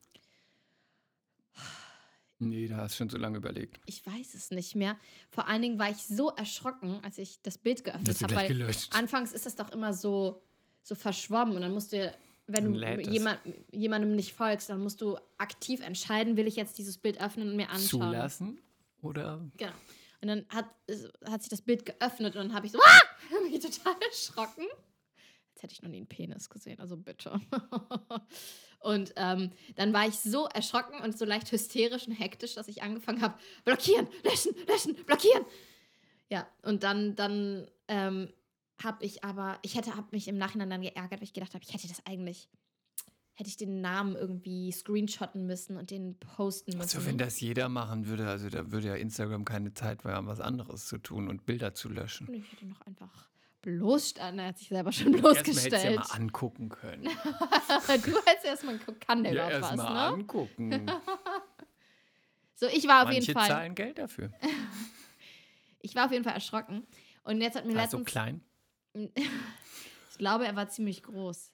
[SPEAKER 3] Nee, da hast du schon so lange überlegt.
[SPEAKER 2] Ich weiß es nicht mehr. Vor allen Dingen war ich so erschrocken, als ich das Bild geöffnet
[SPEAKER 3] Hast du
[SPEAKER 2] habe,
[SPEAKER 3] gleich
[SPEAKER 2] weil
[SPEAKER 3] gelöscht.
[SPEAKER 2] anfangs ist das doch immer so, so verschwommen und dann musst du, wenn
[SPEAKER 3] Dann lädt
[SPEAKER 2] du
[SPEAKER 3] es.
[SPEAKER 2] jemand, jemandem nicht folgst, dann musst du aktiv entscheiden, will ich jetzt dieses Bild öffnen und mir anschauen.
[SPEAKER 3] Zulassen? Oder?
[SPEAKER 2] Genau. Und dann hat, es- hat sich das Bild geöffnet und dann habe ich so, ah! mich total erschrocken. Jetzt hätte ich noch nie einen Penis gesehen, also bitte. Und ähm, dann war ich so erschrocken und so leicht hysterisch und hektisch, dass ich angefangen habe, blockieren, löschen, löschen, blockieren. Ja, und dann, dann ähm, habe ich aber, ich hätte hab mich im Nachhinein dann geärgert, weil ich gedacht habe, ich hätte das eigentlich, hätte ich den Namen irgendwie screenshotten müssen und den posten müssen.
[SPEAKER 3] Also wenn das jeder machen würde, also da würde ja Instagram keine Zeit mehr haben, was anderes zu tun und Bilder zu löschen.
[SPEAKER 2] ich hätte noch einfach bloß, ah, na, er hat sich selber schon
[SPEAKER 3] Erstmal hättest du ja
[SPEAKER 2] bloßgestellt.
[SPEAKER 3] mal angucken können.
[SPEAKER 2] du hättest erstmal geguckt, kann der
[SPEAKER 3] ja,
[SPEAKER 2] überhaupt was,
[SPEAKER 3] erstmal
[SPEAKER 2] ne?
[SPEAKER 3] angucken.
[SPEAKER 2] So, ich war auf
[SPEAKER 3] Manche
[SPEAKER 2] jeden Fall,
[SPEAKER 3] zahlen Geld dafür.
[SPEAKER 2] ich war auf jeden Fall erschrocken. Und jetzt hat mir
[SPEAKER 3] War so
[SPEAKER 2] letztens,
[SPEAKER 3] Also klein.
[SPEAKER 2] ich glaube, er war ziemlich groß.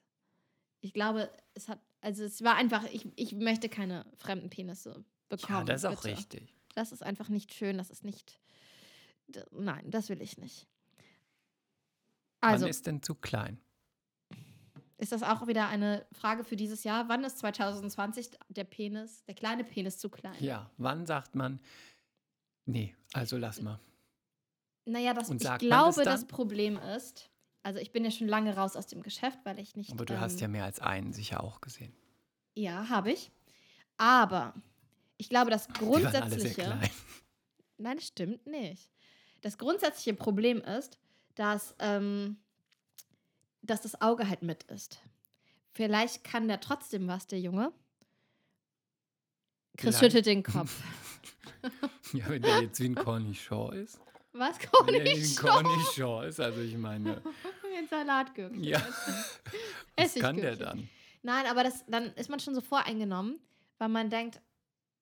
[SPEAKER 2] Ich glaube, es hat, also es war einfach, ich, ich möchte keine fremden Penisse bekommen.
[SPEAKER 3] Ja, das ist auch
[SPEAKER 2] bitte.
[SPEAKER 3] richtig.
[SPEAKER 2] Das ist einfach nicht schön, das ist nicht, d- nein, das will ich nicht. Also,
[SPEAKER 3] Wann
[SPEAKER 2] ist,
[SPEAKER 3] ist denn zu klein?
[SPEAKER 2] das auch wieder eine Frage für dieses Jahr? Wann ist 2020 der Penis, der kleine Penis zu klein?
[SPEAKER 3] Ja, wann sagt man, nee, also lass mal.
[SPEAKER 2] Naja, das,
[SPEAKER 3] Und
[SPEAKER 2] ich
[SPEAKER 3] sagt man das
[SPEAKER 2] glaube, das
[SPEAKER 3] dann?
[SPEAKER 2] Problem ist, also ich bin ja schon lange raus aus dem Geschäft, weil ich nicht. ähm,
[SPEAKER 3] Aber du hast ja mehr als einen sicher auch gesehen.
[SPEAKER 2] Ja, habe ich. Aber ich glaube, das
[SPEAKER 3] Die waren alle sehr
[SPEAKER 2] grundsätzliche.
[SPEAKER 3] klein.
[SPEAKER 2] Nein, das stimmt nicht. Das grundsätzliche Problem ist, dass, ähm, dass das Auge halt mit ist. Vielleicht kann der trotzdem was, der Junge. Chris
[SPEAKER 3] Vielleicht.
[SPEAKER 2] schüttelt den Kopf.
[SPEAKER 3] Ja, wenn der jetzt wie ein Corny Shaw ist.
[SPEAKER 2] Was? Komm
[SPEAKER 3] wenn der wie ein
[SPEAKER 2] nicht schon.
[SPEAKER 3] Corny Shaw ist, also ich meine,
[SPEAKER 2] Ein Salatgürkchen.
[SPEAKER 3] ja. Was kann der
[SPEAKER 2] Essiggürkchen.
[SPEAKER 3] dann?
[SPEAKER 2] Nein, aber das, dann ist man schon so voreingenommen, weil man denkt,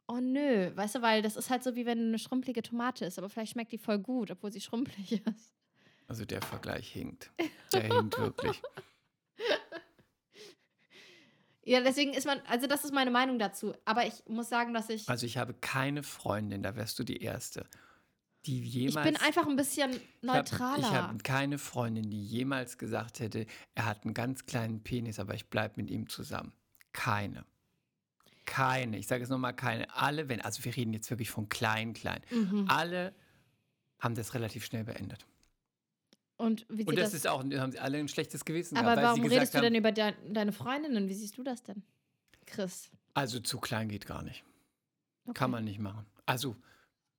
[SPEAKER 2] oh nö, weißt du, weil das ist halt so, wie wenn eine schrumpelige Tomate ist, aber vielleicht schmeckt die voll gut, obwohl sie schrumpelig ist.
[SPEAKER 3] Also der Vergleich hinkt. Der hinkt wirklich.
[SPEAKER 2] Ja, deswegen ist man, also das ist meine Meinung dazu. Aber ich muss sagen, dass ich,
[SPEAKER 3] Also ich habe keine Freundin, da wärst du die Erste, die
[SPEAKER 2] ich
[SPEAKER 3] jemals...
[SPEAKER 2] bin einfach ein bisschen neutraler.
[SPEAKER 3] Ich habe hab keine Freundin, die jemals gesagt hätte, er hat einen ganz kleinen Penis, aber ich bleibe mit ihm zusammen. Keine. Keine. Ich sage es nochmal, keine. Alle, wenn, also wir reden jetzt wirklich von klein, klein.
[SPEAKER 2] mhm.
[SPEAKER 3] Alle haben das relativ schnell beendet.
[SPEAKER 2] Und wie
[SPEAKER 3] Und
[SPEAKER 2] sieht
[SPEAKER 3] das,
[SPEAKER 2] das,
[SPEAKER 3] ist auch, haben sie alle ein schlechtes Gewissen
[SPEAKER 2] aber
[SPEAKER 3] gehabt, weil sie
[SPEAKER 2] warum
[SPEAKER 3] gesagt
[SPEAKER 2] redest du
[SPEAKER 3] haben,
[SPEAKER 2] denn über dein, deine Freundinnen? Wie siehst du das denn, Chris?
[SPEAKER 3] also zu klein geht gar nicht.
[SPEAKER 2] Okay.
[SPEAKER 3] Kann man nicht machen. Also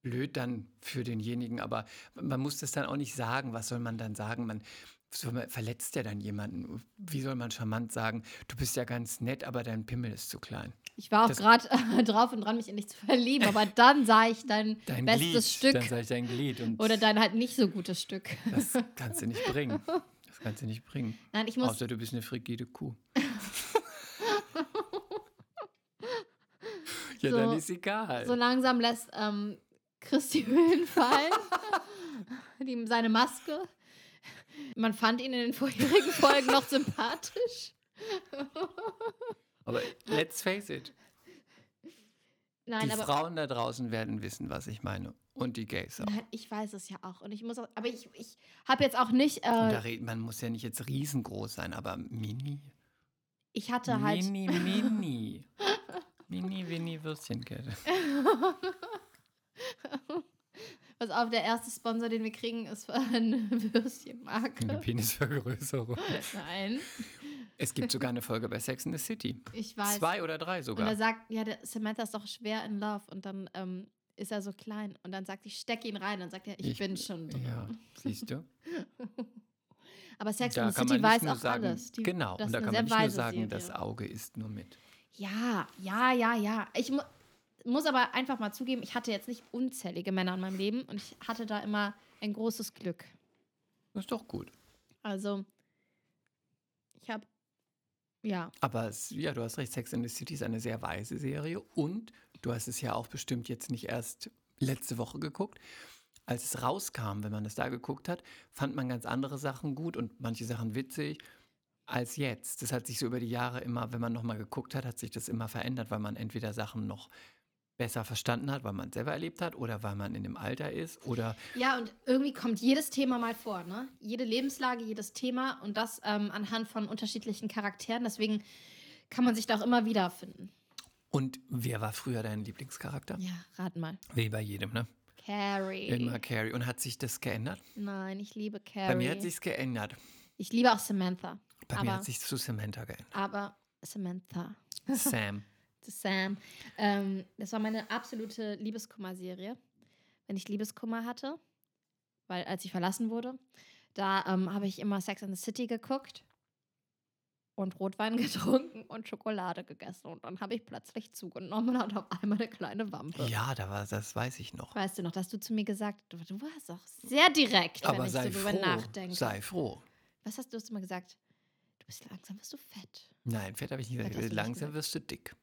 [SPEAKER 3] blöd dann für denjenigen, aber man muss das dann auch nicht sagen. Was soll man dann sagen? Man, soll man verletzt ja dann jemanden. Wie soll man charmant sagen, du bist ja ganz nett, aber dein Pimmel ist zu klein.
[SPEAKER 2] Ich war auch
[SPEAKER 3] das-
[SPEAKER 2] gerade drauf und dran, mich in dich zu verlieben, aber dann sah ich dein,
[SPEAKER 3] Dein Glied,
[SPEAKER 2] bestes
[SPEAKER 3] Dann
[SPEAKER 2] Stück
[SPEAKER 3] sage ich dein Glied. Und
[SPEAKER 2] oder dein halt nicht so gutes Stück.
[SPEAKER 3] das kannst du nicht bringen. Das kannst du nicht bringen.
[SPEAKER 2] Nein, ich muss
[SPEAKER 3] Außer du bist eine frigide Kuh. ja,
[SPEAKER 2] So-
[SPEAKER 3] dann ist egal.
[SPEAKER 2] So langsam lässt ähm, Chris die Höhlen fallen, die, seine Maske. Man fand ihn in den vorherigen Folgen noch sympathisch.
[SPEAKER 3] aber let's face it,
[SPEAKER 2] Nein,
[SPEAKER 3] die
[SPEAKER 2] aber
[SPEAKER 3] Frauen da draußen werden wissen, was ich meine. Und die Gays auch.
[SPEAKER 2] nein, ich weiß es ja auch. Und ich muss auch, aber ich, ich habe jetzt auch nicht,
[SPEAKER 3] Und da
[SPEAKER 2] äh,
[SPEAKER 3] red, man muss ja nicht jetzt riesengroß sein, aber mini.
[SPEAKER 2] ich hatte halt,
[SPEAKER 3] Mini, mini. mini, mini Würstchenkette.
[SPEAKER 2] was auf der erste Sponsor, den wir kriegen, ist eine
[SPEAKER 3] Eine
[SPEAKER 2] Würstchenmarke.
[SPEAKER 3] Penisvergrößerung.
[SPEAKER 2] Nein,
[SPEAKER 3] Es gibt sogar eine Folge bei Sex in the City.
[SPEAKER 2] ich weiß.
[SPEAKER 3] Zwei oder drei
[SPEAKER 2] Und er
[SPEAKER 3] sogar.
[SPEAKER 2] sagt, ja, der Samantha ist doch schwer in Love. Und dann ähm, ist er so klein. Und dann sagt sie, steck ihn rein. Und dann sagt er, ich, bin schon drin.
[SPEAKER 3] äh, Ja, siehst du?
[SPEAKER 2] Aber Sex
[SPEAKER 3] da
[SPEAKER 2] and the
[SPEAKER 3] kann
[SPEAKER 2] City
[SPEAKER 3] man nicht
[SPEAKER 2] weiß
[SPEAKER 3] nur
[SPEAKER 2] auch
[SPEAKER 3] sagen,
[SPEAKER 2] alles. Die,
[SPEAKER 3] genau,
[SPEAKER 2] das
[SPEAKER 3] und
[SPEAKER 2] ist
[SPEAKER 3] da
[SPEAKER 2] eine
[SPEAKER 3] kann
[SPEAKER 2] sehr
[SPEAKER 3] man nicht nur
[SPEAKER 2] weise
[SPEAKER 3] sagen,
[SPEAKER 2] Serie.
[SPEAKER 3] das Auge ist nur mit.
[SPEAKER 2] Ja, ja, ja, ja. Ich mu muss aber einfach mal zugeben, ich hatte jetzt nicht unzählige Männer in meinem Leben und ich hatte da immer ein großes Glück.
[SPEAKER 3] Das ist doch gut.
[SPEAKER 2] Also, ich habe, ja,
[SPEAKER 3] Aber es, ja, du hast recht, Sex in the City ist eine sehr weise Serie und du hast es ja auch bestimmt jetzt nicht erst letzte Woche geguckt. Als es rauskam, wenn man es da geguckt hat, fand man ganz andere Sachen gut und manche Sachen witzig als jetzt. Das hat sich so über die Jahre immer, wenn man nochmal geguckt hat, hat sich das immer verändert, weil man entweder Sachen noch besser verstanden hat, weil man es selber erlebt hat oder weil man in dem Alter ist oder
[SPEAKER 2] Ja, und irgendwie kommt jedes Thema mal vor, ne? Jede Lebenslage, jedes Thema und das ähm, anhand von unterschiedlichen Charakteren. Deswegen kann man sich da auch immer wiederfinden.
[SPEAKER 3] und wer war früher dein Lieblingscharakter?
[SPEAKER 2] Ja, rat mal.
[SPEAKER 3] Wie bei jedem, ne?
[SPEAKER 2] Carrie.
[SPEAKER 3] Immer Carrie. Und hat sich das geändert?
[SPEAKER 2] Nein, ich liebe Carrie.
[SPEAKER 3] Bei mir hat sich's geändert.
[SPEAKER 2] ich liebe auch Samantha.
[SPEAKER 3] Bei
[SPEAKER 2] aber,
[SPEAKER 3] mir hat sich zu Samantha geändert.
[SPEAKER 2] aber Samantha.
[SPEAKER 3] Sam.
[SPEAKER 2] zu Sam. Ähm, das war meine absolute Liebeskummer-Serie. Wenn ich Liebeskummer hatte, weil als ich verlassen wurde, da ähm, habe ich immer Sex in the City geguckt und Rotwein getrunken und Schokolade gegessen. Und dann habe ich plötzlich zugenommen und hatte auf einmal eine kleine Wampe.
[SPEAKER 3] Ja, da war, das weiß ich noch.
[SPEAKER 2] Weißt du noch, dass du zu mir gesagt hast, du warst auch sehr direkt, wenn
[SPEAKER 3] Aber
[SPEAKER 2] ich
[SPEAKER 3] sei
[SPEAKER 2] so drüber
[SPEAKER 3] froh.
[SPEAKER 2] nachdenke.
[SPEAKER 3] Sei froh.
[SPEAKER 2] Was hast du hast immer gesagt? Du bist langsam, bist du fett.
[SPEAKER 3] Nein, fett habe ich nicht
[SPEAKER 2] Fett hast du
[SPEAKER 3] gesagt.
[SPEAKER 2] nicht
[SPEAKER 3] Langsam
[SPEAKER 2] gesagt.
[SPEAKER 3] wirst du dick.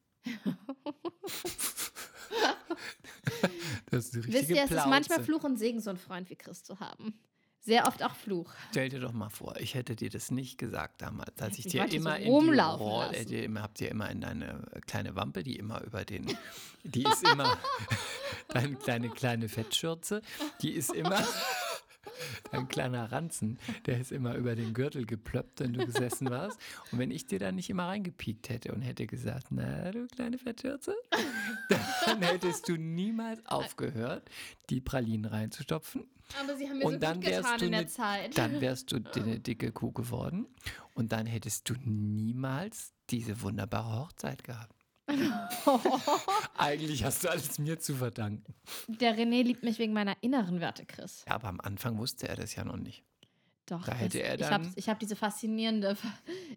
[SPEAKER 3] das ist eine richtige
[SPEAKER 2] Wisst ihr, es ist
[SPEAKER 3] Plauze.
[SPEAKER 2] manchmal Fluch und Segen, so einen Freund wie Chris zu haben. Sehr oft auch Fluch.
[SPEAKER 3] Stell dir doch mal vor, ich hätte dir das nicht gesagt damals, als
[SPEAKER 2] Hätte
[SPEAKER 3] ich
[SPEAKER 2] ich
[SPEAKER 3] dir
[SPEAKER 2] heute so
[SPEAKER 3] immer in die
[SPEAKER 2] rumlaufen
[SPEAKER 3] Roll, äh,
[SPEAKER 2] lassen.
[SPEAKER 3] dir immer, habt ihr immer in deine äh, kleine Wampe, die immer über den, die ist immer deine kleine kleine Fettschürze, die ist immer dein kleiner Ranzen, der ist immer über den Gürtel geplöppt, wenn du gesessen warst. Und wenn ich dir da nicht immer reingepiekt hätte und hätte gesagt, na du kleine Fettschürze, dann hättest du niemals aufgehört, die Pralinen reinzustopfen.
[SPEAKER 2] Aber sie haben mir
[SPEAKER 3] Und
[SPEAKER 2] so
[SPEAKER 3] dann
[SPEAKER 2] gut
[SPEAKER 3] wärst
[SPEAKER 2] getan
[SPEAKER 3] du
[SPEAKER 2] in der
[SPEAKER 3] ne-
[SPEAKER 2] Zeit.
[SPEAKER 3] Dann wärst du dir eine dicke Kuh geworden und dann hättest du niemals diese wunderbare Hochzeit gehabt. Eigentlich hast du alles mir zu verdanken.
[SPEAKER 2] Der René liebt mich wegen meiner inneren Werte, Chris.
[SPEAKER 3] Ja, aber am Anfang wusste er das ja noch nicht.
[SPEAKER 2] Doch,
[SPEAKER 3] Da hätte
[SPEAKER 2] das-
[SPEAKER 3] er
[SPEAKER 2] ich
[SPEAKER 3] dann-
[SPEAKER 2] habe ich hab diese faszinierende,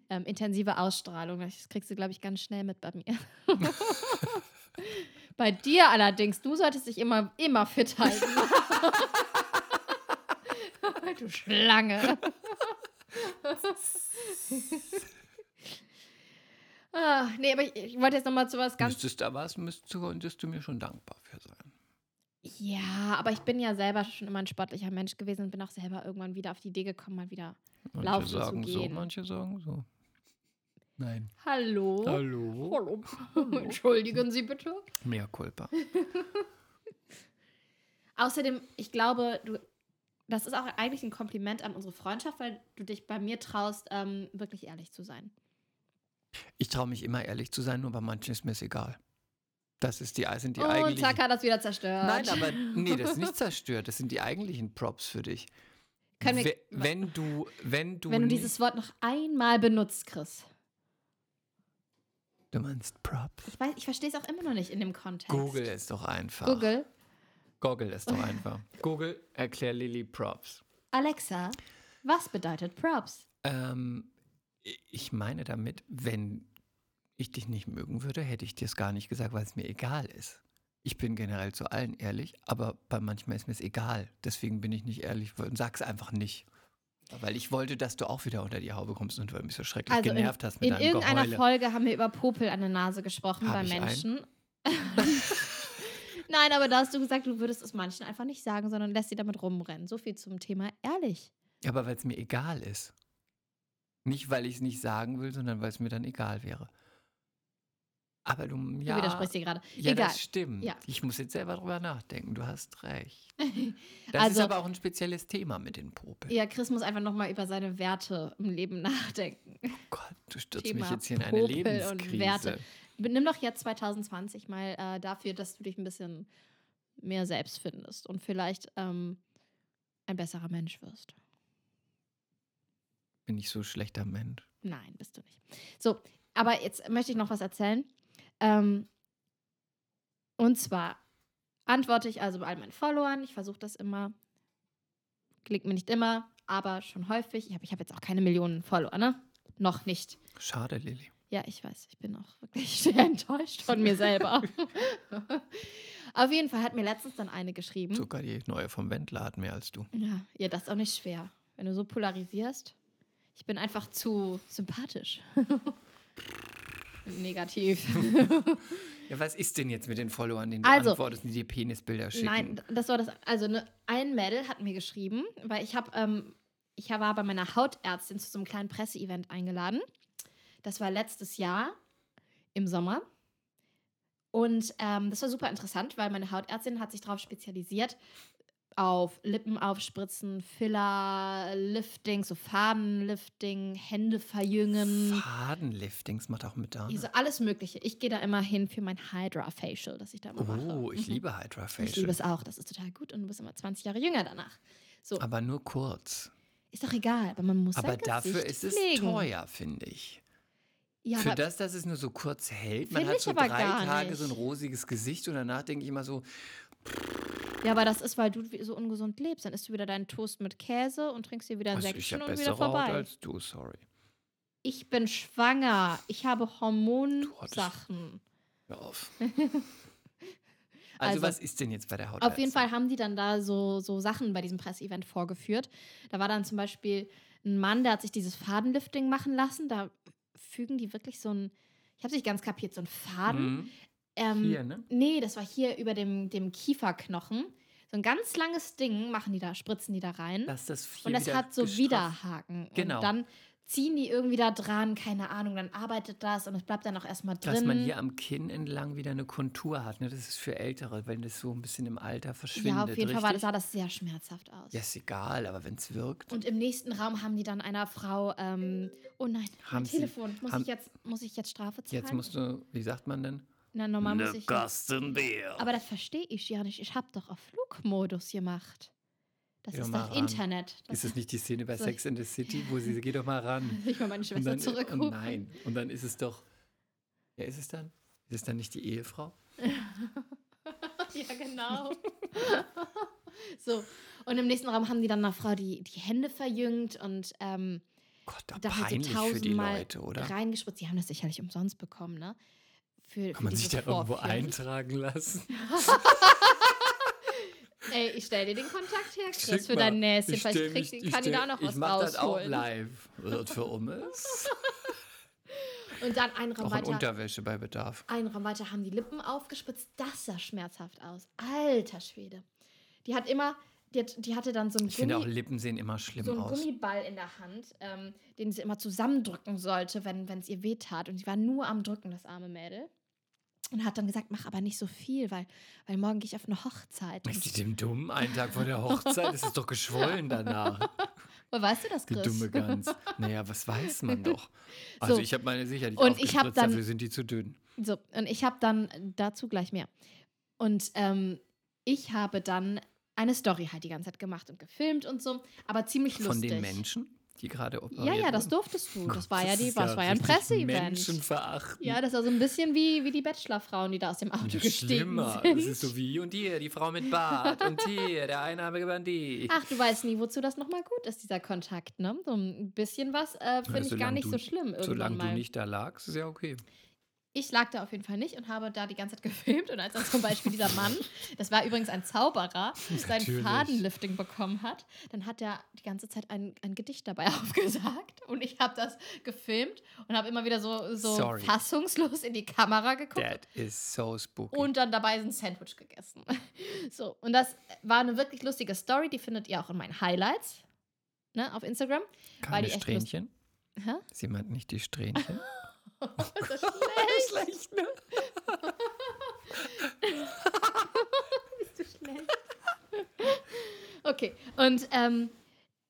[SPEAKER 2] ähm, intensive Ausstrahlung. Das kriegst du, glaube ich, ganz schnell mit bei mir. bei dir allerdings, du solltest dich immer, immer fit halten. du Schlange. ah, nee, aber ich, ich wollte jetzt nochmal zu was ganz
[SPEAKER 3] Müsstest da was, müsstest du, könntest du mir schon dankbar für sein.
[SPEAKER 2] Ja, aber ich bin ja selber schon immer ein sportlicher Mensch gewesen und bin auch selber irgendwann wieder auf die Idee gekommen, mal wieder.
[SPEAKER 3] Manche
[SPEAKER 2] Laufen zu
[SPEAKER 3] sagen so,
[SPEAKER 2] gehen.
[SPEAKER 3] manche sagen so. Nein.
[SPEAKER 2] Hallo?
[SPEAKER 3] Hallo.
[SPEAKER 2] Hallo. Oh. Entschuldigen Sie bitte.
[SPEAKER 3] Mehr Kulpa.
[SPEAKER 2] Außerdem, ich glaube, du, das ist auch eigentlich ein Kompliment an unsere Freundschaft, weil du dich bei mir traust, ähm, wirklich ehrlich zu sein.
[SPEAKER 3] Ich traue mich immer ehrlich zu sein, nur bei manchen ist mir es egal. Das ist die, sind die
[SPEAKER 2] und
[SPEAKER 3] eigentlichen
[SPEAKER 2] Oh, zack, hat das wieder zerstört.
[SPEAKER 3] Nein, aber nee, das ist nicht zerstört. Das sind die eigentlichen Props für dich.
[SPEAKER 2] Können wir-
[SPEAKER 3] We- wenn du, wenn du,
[SPEAKER 2] Wenn du
[SPEAKER 3] ni-
[SPEAKER 2] dieses Wort noch einmal benutzt, Chris.
[SPEAKER 3] du meinst Props.
[SPEAKER 2] Ich, weiß, ich verstehe es auch immer noch nicht in dem Kontext.
[SPEAKER 3] Google es doch einfach.
[SPEAKER 2] Google.
[SPEAKER 3] Google es doch einfach. Google, erklär Lilly Props.
[SPEAKER 2] Alexa, was bedeutet Props?
[SPEAKER 3] Ähm, i- ich meine damit, wenn ich dich nicht mögen würde, hätte ich dir es gar nicht gesagt, weil es mir egal ist. Ich bin generell zu allen ehrlich, aber bei manchmal ist mir es egal. Deswegen bin ich nicht ehrlich und sag's einfach nicht. Weil ich wollte, dass du auch wieder unter die Haube kommst und weil du mich so schrecklich
[SPEAKER 2] Also in-
[SPEAKER 3] genervt hast mit
[SPEAKER 2] In
[SPEAKER 3] deinem
[SPEAKER 2] irgendeiner
[SPEAKER 3] Geheule.
[SPEAKER 2] Folge haben wir über Popel an der Nase gesprochen
[SPEAKER 3] Hab
[SPEAKER 2] bei
[SPEAKER 3] ich einen?
[SPEAKER 2] Menschen. Nein, aber da hast du gesagt, du würdest es manchen einfach nicht sagen, sondern lässt sie damit rumrennen. So viel zum Thema ehrlich.
[SPEAKER 3] Aber weil es mir egal ist. Nicht, weil ich es nicht sagen will, sondern weil es mir dann egal wäre. Aber du, ja,
[SPEAKER 2] Du widersprichst dir gerade.
[SPEAKER 3] ja
[SPEAKER 2] Egal.
[SPEAKER 3] das stimmt.
[SPEAKER 2] Ja.
[SPEAKER 3] Ich muss jetzt selber drüber nachdenken. Du hast recht. Das
[SPEAKER 2] Also-
[SPEAKER 3] ist aber auch ein spezielles Thema mit den Popeln.
[SPEAKER 2] Ja, Chris muss einfach nochmal über seine Werte im Leben nachdenken.
[SPEAKER 3] Oh Gott, du stürzt
[SPEAKER 2] Thema
[SPEAKER 3] mich jetzt hier in eine
[SPEAKER 2] Popel und
[SPEAKER 3] Lebenskrise.
[SPEAKER 2] Werte. Nimm doch jetzt 2020 mal äh, dafür, dass du dich ein bisschen mehr selbst findest und vielleicht ähm, ein besserer Mensch wirst.
[SPEAKER 3] Bin ich so ein schlechter Mensch.
[SPEAKER 2] Nein, bist du nicht. So, aber jetzt möchte ich noch was erzählen. Ähm, und zwar antworte ich also bei all meinen Followern. Ich versuche das immer. Klingt mir nicht immer, aber schon häufig. Ich habe ich hab jetzt auch keine Millionen Follower, ne? Noch nicht.
[SPEAKER 3] Schade, Lilly.
[SPEAKER 2] Ja, ich weiß, ich bin auch wirklich sehr enttäuscht von mir selber. Auf jeden Fall hat mir letztens dann eine geschrieben.
[SPEAKER 3] Sogar die neue vom Wendler hat mehr als du.
[SPEAKER 2] Ja, ja, das ist auch nicht schwer. Wenn du so polarisierst, ich bin einfach zu sympathisch. Negativ.
[SPEAKER 3] Ja, was ist denn jetzt mit den Followern, denen du
[SPEAKER 2] Also-
[SPEAKER 3] antwortest, die dir Penisbilder schicken?
[SPEAKER 2] Nein, das war das. Also ne, ein Mädel hat mir geschrieben, weil ich habe, ähm, ich war bei meiner Hautärztin zu so einem kleinen Presseevent eingeladen. Das war letztes Jahr im Sommer. Und ähm, das war super interessant, weil meine Hautärztin hat sich darauf spezialisiert, auf Lippen aufspritzen, Filler, Lifting, so Fadenlifting, Hände verjüngen.
[SPEAKER 3] Fadenliftings macht auch mit da.
[SPEAKER 2] Also alles Mögliche. Ich gehe da immer hin für mein Hydra Facial, das ich da immer mache.
[SPEAKER 3] Oh, ich
[SPEAKER 2] Mhm.
[SPEAKER 3] liebe Hydra
[SPEAKER 2] Ich liebe
[SPEAKER 3] Facial.
[SPEAKER 2] es auch, das ist total gut und du bist immer 20 Jahre jünger danach. So,
[SPEAKER 3] Aber nur kurz.
[SPEAKER 2] ist doch egal, aber man muss
[SPEAKER 3] Aber
[SPEAKER 2] sein
[SPEAKER 3] dafür
[SPEAKER 2] Gesicht
[SPEAKER 3] ist es
[SPEAKER 2] pflegen.
[SPEAKER 3] teuer, finde ich.
[SPEAKER 2] Ja,
[SPEAKER 3] Für
[SPEAKER 2] aber
[SPEAKER 3] das, dass es nur so kurz hält. Man
[SPEAKER 2] Find
[SPEAKER 3] hat
[SPEAKER 2] ich
[SPEAKER 3] so
[SPEAKER 2] aber
[SPEAKER 3] drei
[SPEAKER 2] gar
[SPEAKER 3] Tage
[SPEAKER 2] nicht.
[SPEAKER 3] so ein rosiges Gesicht und danach denke ich immer so,
[SPEAKER 2] Ja, aber das ist, weil du so ungesund lebst. Dann isst du wieder deinen Toast mit Käse und trinkst dir wieder ein
[SPEAKER 3] Also ich
[SPEAKER 2] Säckchen
[SPEAKER 3] habe
[SPEAKER 2] und wieder
[SPEAKER 3] bessere Haut
[SPEAKER 2] vorbei.
[SPEAKER 3] als du, sorry.
[SPEAKER 2] ich bin schwanger. Ich habe
[SPEAKER 3] hattest-
[SPEAKER 2] Hormonsachen.
[SPEAKER 3] Hör auf. Also,
[SPEAKER 2] Also-
[SPEAKER 3] was ist denn jetzt bei der Haut?
[SPEAKER 2] Auf jeden Fall haben die dann da so, so Sachen bei diesem Presseevent vorgeführt. Da war dann zum Beispiel ein Mann, der hat sich dieses Fadenlifting machen lassen. Da fügen die wirklich so ein, ich habe es nicht ganz kapiert, so ein Faden.
[SPEAKER 3] Mhm.
[SPEAKER 2] Ähm,
[SPEAKER 3] Hier, ne?
[SPEAKER 2] Nee, das war hier über dem, dem Kieferknochen. So ein ganz langes Ding machen die da, spritzen die da rein.
[SPEAKER 3] Dass das viel
[SPEAKER 2] und das
[SPEAKER 3] wieder
[SPEAKER 2] hat so
[SPEAKER 3] gestrafft-
[SPEAKER 2] Widerhaken.
[SPEAKER 3] Genau.
[SPEAKER 2] Und dann ziehen die irgendwie da dran, keine Ahnung, dann arbeitet das und es bleibt dann auch erstmal drin.
[SPEAKER 3] Dass man hier am Kinn entlang wieder eine Kontur hat. Ne? Das ist für Ältere, wenn das so ein bisschen im Alter verschwindet.
[SPEAKER 2] ja, auf jeden Fall war,
[SPEAKER 3] richtig?
[SPEAKER 2] sah das sehr schmerzhaft aus.
[SPEAKER 3] Ja, ist egal, aber wenn es wirkt.
[SPEAKER 2] Und im nächsten Raum haben die dann einer Frau, ähm, oh nein,
[SPEAKER 3] Haben
[SPEAKER 2] mein
[SPEAKER 3] sie-
[SPEAKER 2] Telefon. Muss,
[SPEAKER 3] haben-
[SPEAKER 2] ich jetzt, muss ich jetzt Strafe zahlen?
[SPEAKER 3] Jetzt musst du, wie sagt man denn?
[SPEAKER 2] Na, normal muss ich. Nicht.
[SPEAKER 3] Kastenbier.
[SPEAKER 2] Aber das verstehe ich ja nicht. Ich habe doch auf Flugmodus gemacht. Das
[SPEAKER 3] Geh
[SPEAKER 2] ist
[SPEAKER 3] doch mal
[SPEAKER 2] doch
[SPEAKER 3] ran.
[SPEAKER 2] Internet. Das
[SPEAKER 3] Ist es nicht die Szene bei
[SPEAKER 2] So,
[SPEAKER 3] Sex in the City, wo sie, geh doch mal ran.
[SPEAKER 2] ich mal meine
[SPEAKER 3] Und
[SPEAKER 2] Schwester
[SPEAKER 3] dann,
[SPEAKER 2] zurückrufen.
[SPEAKER 3] und nein. Und dann ist es doch, wer ist es dann? Ist es dann nicht die Ehefrau?
[SPEAKER 2] Ja, genau. so. Und im nächsten Raum haben die dann einer Frau die, die Hände verjüngt und ähm,
[SPEAKER 3] Gott, da,
[SPEAKER 2] da halt
[SPEAKER 3] peinlich
[SPEAKER 2] so
[SPEAKER 3] für die
[SPEAKER 2] tausendmal
[SPEAKER 3] Leute, oder?
[SPEAKER 2] reingespritzt. Die haben das sicherlich umsonst bekommen, ne? Für, für
[SPEAKER 3] Kann man sich
[SPEAKER 2] diese
[SPEAKER 3] da irgendwo
[SPEAKER 2] Vorführung.
[SPEAKER 3] eintragen lassen?
[SPEAKER 2] Ey, ich stell dir den Kontakt her,
[SPEAKER 3] Schick
[SPEAKER 2] Chris, für
[SPEAKER 3] mal.
[SPEAKER 2] dein Näschen.
[SPEAKER 3] Ich
[SPEAKER 2] Vielleicht
[SPEAKER 3] stell
[SPEAKER 2] kriegt
[SPEAKER 3] mich-
[SPEAKER 2] die- kann die da auch
[SPEAKER 3] stell-
[SPEAKER 2] noch
[SPEAKER 3] ich
[SPEAKER 2] was
[SPEAKER 3] mach das auch
[SPEAKER 2] rausholen. Oh,
[SPEAKER 3] live. Wird für Ummes.
[SPEAKER 2] Und dann ein Raum,
[SPEAKER 3] auch in
[SPEAKER 2] weiter,
[SPEAKER 3] Unterwäsche bei Bedarf.
[SPEAKER 2] ein Raum weiter haben die Lippen aufgespritzt. Das sah schmerzhaft aus. Alter Schwede. Die hat immer, die, hat, die hatte dann so einen,
[SPEAKER 3] Ich finde auch,
[SPEAKER 2] Gummi,
[SPEAKER 3] Lippen sehen immer schlimm
[SPEAKER 2] so einen
[SPEAKER 3] aus.
[SPEAKER 2] Gummiball in der Hand, ähm, den sie immer zusammendrücken sollte, wenn es ihr weh tat. Und sie war nur am Drücken, das arme Mädel. Und hat dann gesagt, mach aber nicht so viel, weil, weil morgen gehe ich auf eine Hochzeit.
[SPEAKER 3] Ist die dem dumm? Einen Tag vor der Hochzeit? Das ist doch geschwollen danach.
[SPEAKER 2] Woher weißt du das,
[SPEAKER 3] Die
[SPEAKER 2] Chris?
[SPEAKER 3] dumme Gans. Naja, was weiß man doch. Also
[SPEAKER 2] So.
[SPEAKER 3] ich habe meine sicherlich
[SPEAKER 2] Und ich hab
[SPEAKER 3] aufgespritzt,
[SPEAKER 2] dann-
[SPEAKER 3] dafür sind die zu dünn.
[SPEAKER 2] So, und ich habe dann dazu gleich mehr. Und ähm, ich habe dann eine Story halt die ganze Zeit gemacht und gefilmt und so, aber ziemlich lustig.
[SPEAKER 3] Von den Menschen, die gerade operiert
[SPEAKER 2] Ja, ja, das
[SPEAKER 3] wurden?
[SPEAKER 2] durftest du.
[SPEAKER 3] Gott,
[SPEAKER 2] das war ja die,
[SPEAKER 3] ist
[SPEAKER 2] das war ja ein
[SPEAKER 3] richtig
[SPEAKER 2] Presseevent.
[SPEAKER 3] Menschenverachtend.
[SPEAKER 2] Ja, das war so ein bisschen wie, wie die Bachelorfrauen, die da aus dem Auto
[SPEAKER 3] Das ist
[SPEAKER 2] gestiegen
[SPEAKER 3] schlimmer.
[SPEAKER 2] sind.
[SPEAKER 3] Das ist so wie und hier, die Frau mit Bart und hier, der einarmige Bandit.
[SPEAKER 2] Ach, du weißt nie, wozu das nochmal gut ist, dieser Kontakt, ne? So ein bisschen was äh, finde ich gar
[SPEAKER 3] solange
[SPEAKER 2] nicht
[SPEAKER 3] du-
[SPEAKER 2] so schlimm irgendwann
[SPEAKER 3] Solange
[SPEAKER 2] mal.
[SPEAKER 3] du nicht da lagst, ist ja okay.
[SPEAKER 2] Ich lag da auf jeden Fall nicht und habe da die ganze Zeit gefilmt. Und als dann zum Beispiel dieser Mann, das war übrigens ein Zauberer, sein
[SPEAKER 3] Natürlich.
[SPEAKER 2] Fadenlifting bekommen hat, dann hat er die ganze Zeit ein, ein Gedicht dabei aufgesagt. Und ich habe das gefilmt und habe immer wieder so, so
[SPEAKER 3] Sorry.
[SPEAKER 2] fassungslos in die Kamera geguckt
[SPEAKER 3] That is so spooky.
[SPEAKER 2] und dann dabei ein Sandwich gegessen. So, und das war eine wirklich lustige Story. Die findet ihr auch in meinen Highlights ne, auf Instagram. weil
[SPEAKER 3] Keine
[SPEAKER 2] die echt
[SPEAKER 3] Strähnchen?
[SPEAKER 2] Hä?
[SPEAKER 3] Sie meint nicht die Strähnchen?
[SPEAKER 2] Das ist schlecht. ne?
[SPEAKER 3] Schlecht, ne?
[SPEAKER 2] Okay, und ähm,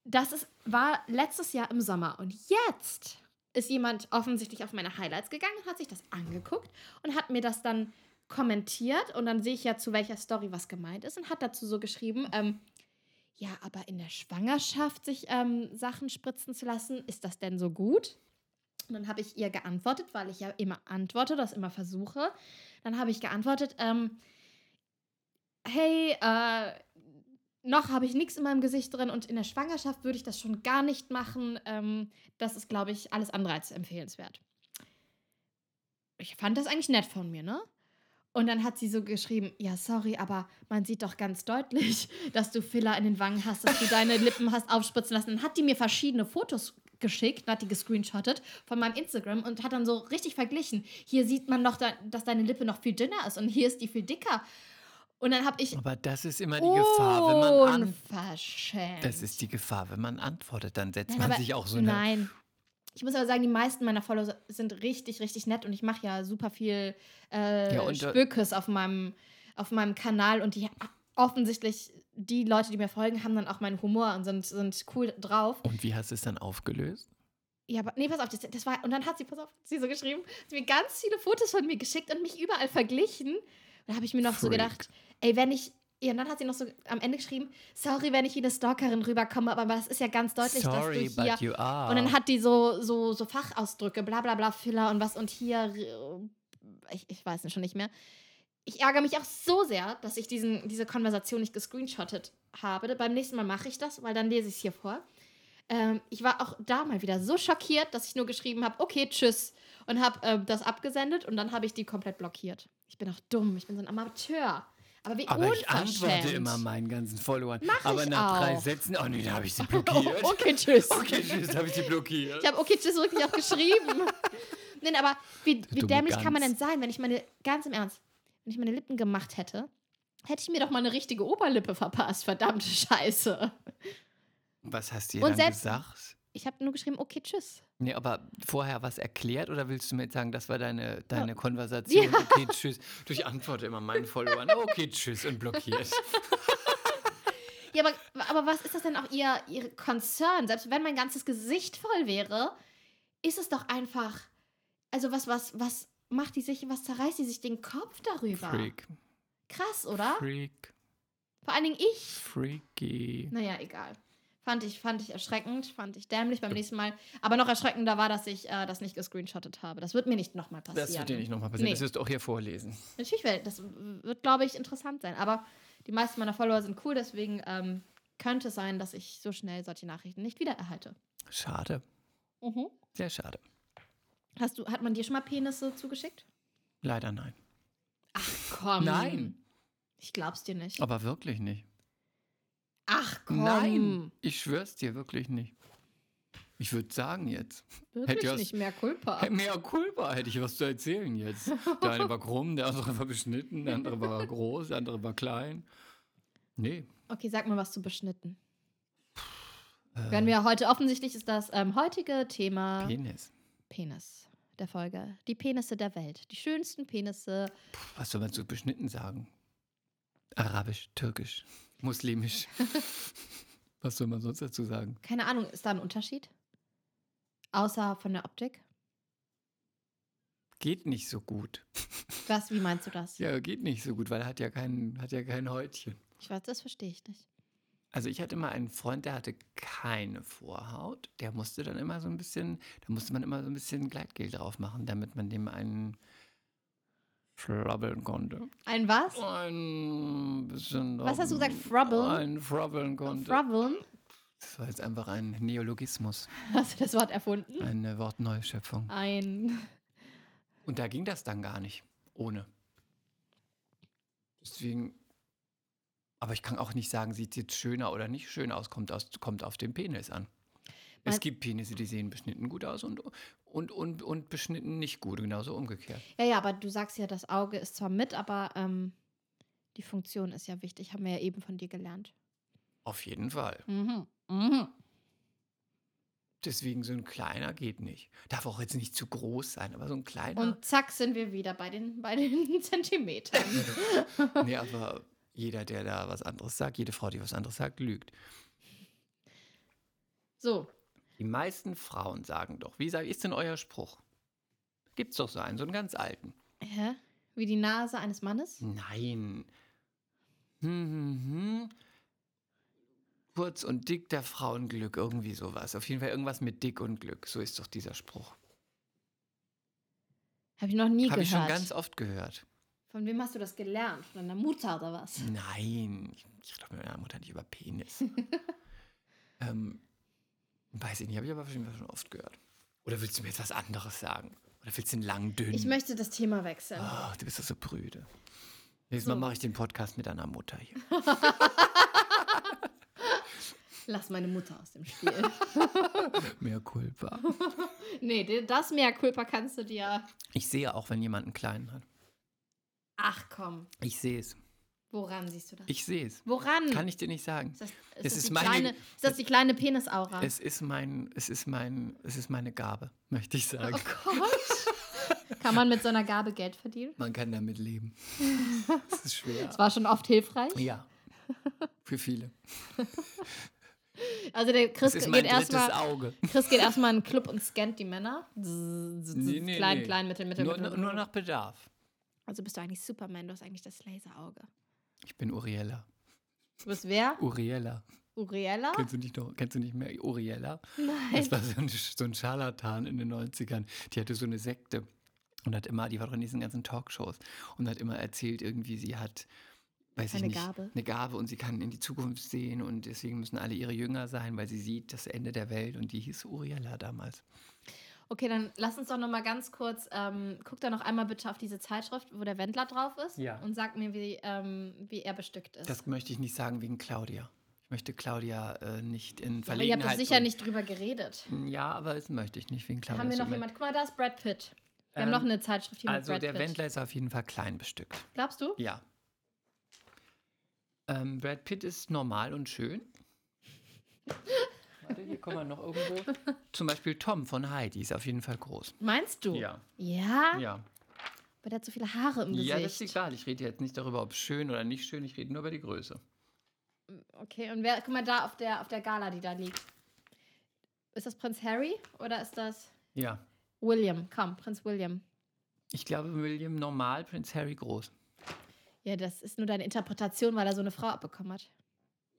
[SPEAKER 2] das ist, war letztes Jahr im Sommer. Und jetzt ist jemand offensichtlich auf meine Highlights gegangen, hat sich das angeguckt und hat mir das dann kommentiert. Und dann sehe ich ja, zu welcher Story was gemeint ist und hat dazu so geschrieben, ähm, ja, aber in der Schwangerschaft sich ähm, Sachen spritzen zu lassen, ist das denn so gut? Und dann habe ich ihr geantwortet, weil ich ja immer antworte, das immer versuche. Dann habe ich geantwortet, ähm, hey, äh, noch habe ich nichts in meinem Gesicht drin und in der Schwangerschaft würde ich das schon gar nicht machen. Ähm, das ist, glaube ich, alles andere als empfehlenswert. Ich fand das eigentlich nett von mir, ne? Und dann hat sie so geschrieben, ja, sorry, aber man sieht doch ganz deutlich, dass du Filler in den Wangen hast, dass du deine Lippen hast aufspritzen lassen. Dann hat die mir verschiedene Fotos geschickt, hat die gescreenshottet von meinem Instagram und hat dann so richtig verglichen. Hier sieht man noch, da- dass deine Lippe noch viel dünner ist und hier ist die viel dicker. Und dann habe ich
[SPEAKER 3] Aber das ist immer die Gefahr, wenn
[SPEAKER 2] Oh,
[SPEAKER 3] man an
[SPEAKER 2] Unverschämt.
[SPEAKER 3] Das ist die Gefahr, wenn man antwortet, dann setzt
[SPEAKER 2] Nein,
[SPEAKER 3] man
[SPEAKER 2] aber-
[SPEAKER 3] sich auch so eine
[SPEAKER 2] Nein. Ich muss aber sagen, die meisten meiner Follower sind richtig, richtig nett und ich mache ja super viel äh,
[SPEAKER 3] Ja, und, äh,
[SPEAKER 2] Spökes auf meinem, auf meinem Kanal und die offensichtlich, die Leute, die mir folgen, haben dann auch meinen Humor und sind, sind cool drauf.
[SPEAKER 3] Und wie hast du es dann aufgelöst?
[SPEAKER 2] Ja, aber nee, pass auf, das, das war, und dann hat sie, pass auf, hat sie so geschrieben, hat sie mir ganz viele Fotos von mir geschickt und mich überall verglichen. Und da habe ich mir noch so
[SPEAKER 3] Freak.
[SPEAKER 2] gedacht, ey, wenn ich, ja, und dann hat sie noch so am Ende geschrieben, sorry, wenn ich wie eine Stalkerin rüberkomme, aber das ist ja ganz deutlich,
[SPEAKER 3] Sorry,
[SPEAKER 2] dass du hier,
[SPEAKER 3] but you are.
[SPEAKER 2] und dann hat die so, so, so äh, Fachausdrücke, bla bla bla, Filler und was und hier, ich, ich weiß es schon nicht mehr. ich ärgere mich auch so sehr, dass ich diesen, diese Konversation nicht gescreenshottet habe. Beim nächsten Mal mache ich das, weil dann lese ich es hier vor. Ähm, ich war auch da mal wieder so schockiert, dass ich nur geschrieben habe, okay, tschüss. Und habe ähm, das abgesendet und dann habe ich die komplett blockiert. Ich bin auch dumm, ich bin so ein Amateur. Aber wie
[SPEAKER 3] Aber ich
[SPEAKER 2] unverschämt.
[SPEAKER 3] antworte immer meinen ganzen Followern.
[SPEAKER 2] Mach
[SPEAKER 3] Aber
[SPEAKER 2] ich
[SPEAKER 3] nach drei
[SPEAKER 2] auch.
[SPEAKER 3] Sätzen, oh nee, da habe ich sie
[SPEAKER 2] Oh,
[SPEAKER 3] blockiert.
[SPEAKER 2] okay, tschüss.
[SPEAKER 3] Okay, tschüss, habe ich sie blockiert.
[SPEAKER 2] Ich habe okay, tschüss wirklich auch geschrieben. Nein, aber wie, wie
[SPEAKER 3] dumme
[SPEAKER 2] dämlich kann man
[SPEAKER 3] Gans.
[SPEAKER 2] denn sein, wenn ich meine, ganz im Ernst, wenn ich meine Lippen gemacht hätte, hätte ich mir doch mal eine richtige Oberlippe verpasst. Verdammte Scheiße.
[SPEAKER 3] Was hast du ihr
[SPEAKER 2] Und
[SPEAKER 3] dann
[SPEAKER 2] selbst-
[SPEAKER 3] gesagt?
[SPEAKER 2] Ich habe nur geschrieben, okay, tschüss.
[SPEAKER 3] Nee, aber vorher was erklärt oder willst du mir jetzt sagen, das war deine, deine Konversation?
[SPEAKER 2] Ja.
[SPEAKER 3] Okay, tschüss. Du, ich antworte immer meinen Followern. Okay, tschüss und blockiert.
[SPEAKER 2] Ja, aber, aber was ist das denn auch ihr, ihr Concern? Selbst wenn mein ganzes Gesicht voll wäre, ist es doch einfach. Also, was, was, was macht die sich, was zerreißt die sich den Kopf darüber?
[SPEAKER 3] Freak.
[SPEAKER 2] Krass, oder?
[SPEAKER 3] Freak.
[SPEAKER 2] Vor allen Dingen ich.
[SPEAKER 3] Freaky.
[SPEAKER 2] Naja, egal. Fand ich, fand ich erschreckend, fand ich dämlich beim nächsten Mal. Aber noch erschreckender war, dass ich äh, das nicht gescreenshottet habe. Das wird mir nicht nochmal passieren.
[SPEAKER 3] Das wird dir nicht nochmal passieren.
[SPEAKER 2] Nee.
[SPEAKER 3] Das wirst du auch hier vorlesen.
[SPEAKER 2] Natürlich, weil das wird, glaube ich, interessant sein. Aber die meisten meiner Follower sind cool, deswegen ähm, könnte es sein, dass ich so schnell solche Nachrichten nicht wieder erhalte.
[SPEAKER 3] Schade.
[SPEAKER 2] Mhm.
[SPEAKER 3] Sehr schade.
[SPEAKER 2] Hast du, hat man dir schon mal Penisse zugeschickt?
[SPEAKER 3] Leider nein.
[SPEAKER 2] Komm.
[SPEAKER 3] Nein.
[SPEAKER 2] Ich glaub's dir nicht.
[SPEAKER 3] Aber wirklich nicht.
[SPEAKER 2] Ach komm.
[SPEAKER 3] Nein. Ich schwör's dir wirklich nicht. Ich würde sagen jetzt. Hätte
[SPEAKER 2] Wirklich
[SPEAKER 3] ich
[SPEAKER 2] nicht mehr Culpa.
[SPEAKER 3] Hey, Mea culpa, hätte ich was zu erzählen jetzt. Der eine war krumm, der andere war beschnitten, der andere war groß, der andere war klein. Nee.
[SPEAKER 2] Okay, sag mal, was du beschnitten.
[SPEAKER 3] Äh,
[SPEAKER 2] Werden wir heute offensichtlich ist das ähm, heutige Thema.
[SPEAKER 3] Penis.
[SPEAKER 2] Penis der Folge. Die Penisse der Welt. Die schönsten Penisse.
[SPEAKER 3] Was soll man zu beschnitten sagen? Arabisch, türkisch, muslimisch. was soll man sonst dazu sagen?
[SPEAKER 2] Keine Ahnung, ist da ein Unterschied? Außer von der Optik?
[SPEAKER 3] Geht nicht so gut.
[SPEAKER 2] Was, wie meinst du das?
[SPEAKER 3] Ja, geht nicht so gut, weil er hat ja kein, hat ja kein Häutchen.
[SPEAKER 2] Ich weiß, das verstehe ich nicht.
[SPEAKER 3] Also ich hatte mal einen Freund, der hatte keine Vorhaut. Der musste dann immer so ein bisschen, da musste man immer so ein bisschen Gleitgel drauf machen, damit man dem einen schrabbeln konnte.
[SPEAKER 2] Ein was?
[SPEAKER 3] Ein bisschen
[SPEAKER 2] Was hast du
[SPEAKER 3] drauf-
[SPEAKER 2] gesagt? Frobbeln?
[SPEAKER 3] Ein frabbeln konnte.
[SPEAKER 2] Fraveln?
[SPEAKER 3] das war jetzt einfach ein Neologismus,
[SPEAKER 2] Hast du das Wort erfunden?
[SPEAKER 3] eine Wortneuschöpfung.
[SPEAKER 2] Ein.
[SPEAKER 3] Und da ging das dann gar nicht ohne. Deswegen aber ich kann auch nicht sagen, sieht jetzt schöner oder nicht schön aus, kommt, aus, kommt auf den Penis an.
[SPEAKER 2] Mal-
[SPEAKER 3] Es gibt Penisse, die sehen beschnitten gut aus und, und, und, und beschnitten nicht gut, genauso umgekehrt.
[SPEAKER 2] Ja, ja, aber du sagst ja, das Auge ist zwar mit, aber ähm, die Funktion ist ja wichtig. Haben wir ja eben von dir gelernt.
[SPEAKER 3] Auf jeden Fall.
[SPEAKER 2] Mhm. Mhm.
[SPEAKER 3] Deswegen so ein kleiner geht nicht. Darf auch jetzt nicht zu groß sein, aber so ein kleiner.
[SPEAKER 2] Genau. Und zack, sind wir wieder bei den, bei den Zentimetern.
[SPEAKER 3] nee, aber jeder, der da was anderes sagt, jede Frau, die was anderes sagt, lügt.
[SPEAKER 2] So,
[SPEAKER 3] Die meisten Frauen sagen doch, wie sag, ist denn euer Spruch? Gibt's doch so einen, so einen ganz alten.
[SPEAKER 2] Hä? Wie die Nase eines Mannes?
[SPEAKER 3] Nein. Hm, hm, hm. Kurz und dick der Frauenglück, irgendwie sowas. Auf jeden Fall irgendwas mit dick und Glück. So ist doch dieser Spruch.
[SPEAKER 2] Habe ich noch nie
[SPEAKER 3] Habe
[SPEAKER 2] gehört.
[SPEAKER 3] ich schon ganz oft gehört.
[SPEAKER 2] Von wem hast du das gelernt? Von deiner Mutter oder was?
[SPEAKER 3] Nein, ich, ich rede mit meiner Mutter nicht über Penis. ähm, weiß ich nicht, habe ich aber auf jeden Fall schon oft gehört. Oder willst du mir jetzt was anderes sagen? Oder willst du den lang dünn?
[SPEAKER 2] Ich möchte das Thema wechseln.
[SPEAKER 3] Ah, du bist doch so brüde. Nächstes Mal
[SPEAKER 2] So.
[SPEAKER 3] mache ich den Podcast mit deiner Mutter hier.
[SPEAKER 2] Lass meine Mutter aus dem Spiel.
[SPEAKER 3] Mehr Culpa.
[SPEAKER 2] nee, dir- das mehr Culpa kannst du dir.
[SPEAKER 3] Ich sehe auch, wenn jemand einen kleinen hat.
[SPEAKER 2] Ach komm,
[SPEAKER 3] Ich sehe es.
[SPEAKER 2] woran siehst du das?
[SPEAKER 3] Ich sehe es.
[SPEAKER 2] woran?
[SPEAKER 3] Kann ich dir nicht sagen.
[SPEAKER 2] ist das, ist
[SPEAKER 3] Es
[SPEAKER 2] das
[SPEAKER 3] ist
[SPEAKER 2] die
[SPEAKER 3] meine-
[SPEAKER 2] kleine, ist das die kleine Penisaura?
[SPEAKER 3] Es ist mein, es ist mein, es ist meine Gabe, möchte ich sagen.
[SPEAKER 2] oh Gott. Kann man mit so einer Gabe Geld verdienen?
[SPEAKER 3] Man kann damit leben. Es ist schwer.
[SPEAKER 2] Das war schon oft hilfreich.
[SPEAKER 3] Ja. Für viele.
[SPEAKER 2] Also der Chris
[SPEAKER 3] Es ist mein
[SPEAKER 2] geht
[SPEAKER 3] drittes
[SPEAKER 2] erstmal
[SPEAKER 3] Auge.
[SPEAKER 2] Chris geht erstmal in den Club und scannt die Männer. Nee,
[SPEAKER 3] nee,
[SPEAKER 2] klein,
[SPEAKER 3] nee.
[SPEAKER 2] klein, mittel, mittel,
[SPEAKER 3] Nur,
[SPEAKER 2] mittel.
[SPEAKER 3] nur nur nach Bedarf.
[SPEAKER 2] Also bist du eigentlich Superman, du hast eigentlich das Laserauge.
[SPEAKER 3] Ich bin Uriella.
[SPEAKER 2] Du bist wer?
[SPEAKER 3] Uriella.
[SPEAKER 2] Ah. Uriella?
[SPEAKER 3] Kennst du nicht noch, kennst du nicht mehr Uriella?
[SPEAKER 2] Nein.
[SPEAKER 3] Das war so ein, so ein Scharlatan in den 90ern. Die hatte so eine Sekte. Und hat immer, die war doch in diesen ganzen Talkshows und hat immer erzählt, irgendwie, sie hat, weiß
[SPEAKER 2] Eine
[SPEAKER 3] ich nicht,
[SPEAKER 2] Gabe.
[SPEAKER 3] eine Gabe und sie kann in die Zukunft sehen und deswegen müssen alle ihre Jünger sein, weil sie sieht das Ende der Welt und die hieß Uriela damals.
[SPEAKER 2] Okay, dann lass uns doch noch mal ganz kurz, ähm, guck da noch einmal bitte auf diese Zeitschrift, wo der Wendler drauf ist
[SPEAKER 3] Ja.
[SPEAKER 2] und sag mir, wie, ähm, wie er bestückt ist.
[SPEAKER 3] Das möchte ich nicht sagen wegen Claudia. Ich möchte Claudia äh, nicht in
[SPEAKER 2] Aber ihr habt
[SPEAKER 3] Verlegenheit
[SPEAKER 2] doch sicher
[SPEAKER 3] bringen.
[SPEAKER 2] nicht drüber geredet.
[SPEAKER 3] Ja, aber das möchte ich nicht wegen Claudia.
[SPEAKER 2] haben wir noch
[SPEAKER 3] Sommer.
[SPEAKER 2] jemand? Guck mal, da ist Brad Pitt. Wir haben
[SPEAKER 3] Ähm,
[SPEAKER 2] noch eine Zeitschrift hier
[SPEAKER 3] Also
[SPEAKER 2] mit Brad
[SPEAKER 3] der
[SPEAKER 2] Pitt.
[SPEAKER 3] Wendler ist auf jeden Fall klein bestückt.
[SPEAKER 2] Glaubst du?
[SPEAKER 3] Ja. Ähm, Brad Pitt ist normal und schön. Warte, hier kommen wir noch irgendwo. Zum Beispiel Tom von Heidi ist auf jeden Fall groß.
[SPEAKER 2] Meinst du?
[SPEAKER 3] Ja.
[SPEAKER 2] Ja?
[SPEAKER 3] Ja.
[SPEAKER 2] Aber der hat so viele Haare im
[SPEAKER 3] Ja, das ist
[SPEAKER 2] Gesicht.
[SPEAKER 3] egal. Ich rede jetzt nicht darüber, ob schön oder nicht schön. Ich rede nur über die Größe.
[SPEAKER 2] okay, und wer, guck mal da auf der, auf der Gala, die da liegt. Ist das Prinz Harry oder ist das
[SPEAKER 3] Ja.
[SPEAKER 2] William? Komm, Prinz William.
[SPEAKER 3] Ich glaube, William normal, Prinz Harry groß.
[SPEAKER 2] Ja, das ist nur deine Interpretation, weil er so eine Frau abbekommen hat.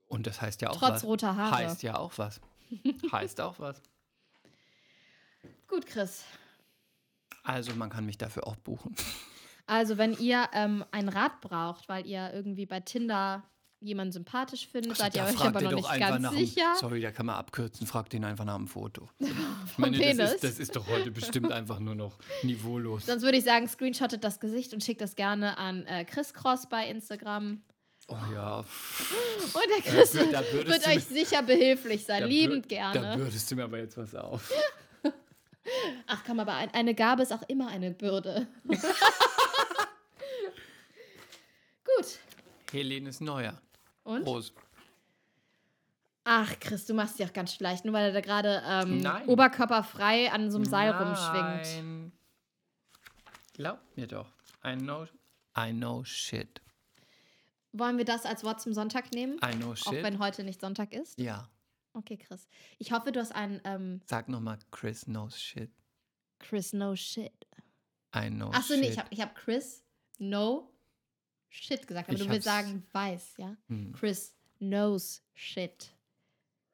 [SPEAKER 3] Und das heißt ja auch
[SPEAKER 2] Trotz
[SPEAKER 3] was.
[SPEAKER 2] roter Haare.
[SPEAKER 3] Heißt ja auch was. heißt auch was.
[SPEAKER 2] Gut, Chris.
[SPEAKER 3] Also man kann mich dafür auch buchen.
[SPEAKER 2] Also, wenn ihr ähm, einen Rat braucht, weil ihr irgendwie bei Tinder jemanden sympathisch findet, seid ihr
[SPEAKER 3] Da
[SPEAKER 2] euch
[SPEAKER 3] fragt
[SPEAKER 2] aber noch
[SPEAKER 3] ihr doch
[SPEAKER 2] nicht
[SPEAKER 3] einfach
[SPEAKER 2] ganz
[SPEAKER 3] nach
[SPEAKER 2] sicher.
[SPEAKER 3] Dem, sorry, da kann man abkürzen. Fragt ihn einfach nach dem Foto. Ich
[SPEAKER 2] Penis?
[SPEAKER 3] das ist, das ist doch heute bestimmt einfach nur noch niveaulos.
[SPEAKER 2] Sonst würde ich sagen, screenshottet das Gesicht und schickt das gerne an äh, Chris Cross bei Instagram.
[SPEAKER 3] Oh ja.
[SPEAKER 2] Und der Chris
[SPEAKER 3] wür- Äh, da würdest
[SPEAKER 2] wird
[SPEAKER 3] du
[SPEAKER 2] euch sicher behilflich sein.
[SPEAKER 3] da
[SPEAKER 2] Liebend
[SPEAKER 3] bür- Da
[SPEAKER 2] gerne.
[SPEAKER 3] würdest du mir aber jetzt was auf.
[SPEAKER 2] Ach komm, aber ein, eine Gabe ist auch immer eine Bürde. Gut.
[SPEAKER 3] Helene ist neuer.
[SPEAKER 2] Und?
[SPEAKER 3] Groß.
[SPEAKER 2] Ach, Chris, du machst dich auch ganz schlecht, nur weil er da gerade ähm,
[SPEAKER 3] Nein.
[SPEAKER 2] oberkörperfrei an so einem Seil rumschwingt.
[SPEAKER 3] Nein. Glaubt mir doch. I know, I know shit.
[SPEAKER 2] Wollen wir das als Wort zum Sonntag nehmen?
[SPEAKER 3] I know
[SPEAKER 2] Auch
[SPEAKER 3] Ah, shit.
[SPEAKER 2] wenn heute nicht Sonntag ist?
[SPEAKER 3] Ja.
[SPEAKER 2] Okay, Chris. Ich hoffe, du hast einen ähm,
[SPEAKER 3] Sag nochmal, Chris knows shit.
[SPEAKER 2] Chris No Shit.
[SPEAKER 3] I know
[SPEAKER 2] Achso,
[SPEAKER 3] Oh, shit.
[SPEAKER 2] nee, ich habe ich hab Chris No Shit gesagt, aber
[SPEAKER 3] Ich
[SPEAKER 2] du willst
[SPEAKER 3] hab's-
[SPEAKER 2] sagen weiß, ja?
[SPEAKER 3] Hm.
[SPEAKER 2] Chris knows shit.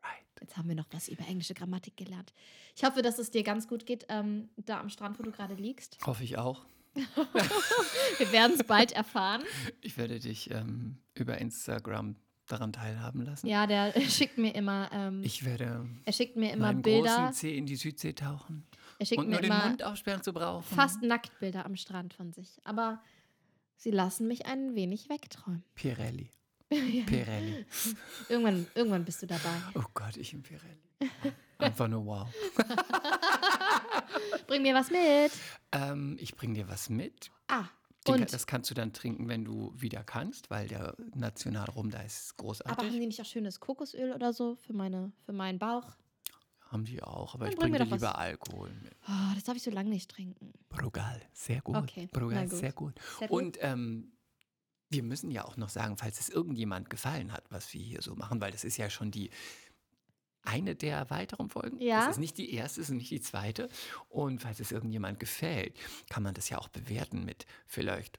[SPEAKER 3] Right.
[SPEAKER 2] Jetzt haben wir noch was über englische Grammatik gelernt. Ich hoffe, dass es dir ganz gut geht, ähm, da am Strand, wo du gerade liegst.
[SPEAKER 3] Hoffe ich auch.
[SPEAKER 2] Wir werden es bald erfahren.
[SPEAKER 3] Ich werde dich ähm, über Instagram daran teilhaben lassen.
[SPEAKER 2] Ja, der schickt mir immer, ähm,
[SPEAKER 3] Ich werde
[SPEAKER 2] er schickt mir immer
[SPEAKER 3] meinen
[SPEAKER 2] Bilder.
[SPEAKER 3] großen Zeh in die Südsee tauchen
[SPEAKER 2] Er schickt
[SPEAKER 3] und
[SPEAKER 2] mir
[SPEAKER 3] nur den
[SPEAKER 2] immer
[SPEAKER 3] Mund ne? aufsperren zu brauchen.
[SPEAKER 2] fast Nacktbilder am Strand von sich. Aber sie lassen mich ein wenig wegträumen.
[SPEAKER 3] Pirelli. Pirelli.
[SPEAKER 2] Irgendwann, irgendwann bist du dabei.
[SPEAKER 3] Oh Gott, ich im Pirelli. Einfach nur wow.
[SPEAKER 2] Bring mir was mit.
[SPEAKER 3] Ähm, ich bringe dir was mit.
[SPEAKER 2] Ah,
[SPEAKER 3] Die, kann-
[SPEAKER 2] und.
[SPEAKER 3] halt das kannst du dann trinken, wenn du wieder kannst, weil der Nationalrum da ist
[SPEAKER 2] Aber haben
[SPEAKER 3] großartig.
[SPEAKER 2] die nicht auch schönes Kokosöl oder so für, meine, für meinen Bauch?
[SPEAKER 3] haben die auch, aber
[SPEAKER 2] Dann
[SPEAKER 3] ich
[SPEAKER 2] bring mir
[SPEAKER 3] bringe dir
[SPEAKER 2] doch was.
[SPEAKER 3] lieber Alkohol mit.
[SPEAKER 2] Oh, das darf ich so lange nicht trinken.
[SPEAKER 3] Brugal, sehr gut.
[SPEAKER 2] Okay,
[SPEAKER 3] Brugal,
[SPEAKER 2] na gut.
[SPEAKER 3] sehr gut.
[SPEAKER 2] Sehr gut.
[SPEAKER 3] Und ähm, wir müssen ja auch noch sagen, falls es irgendjemand gefallen hat, was wir hier so machen, weil das ist ja schon die eine der weiteren Folgen.
[SPEAKER 2] Ja.
[SPEAKER 3] Das ist nicht die erste, es ist nicht die zweite. Und falls es irgendjemand gefällt, kann man das ja auch bewerten mit vielleicht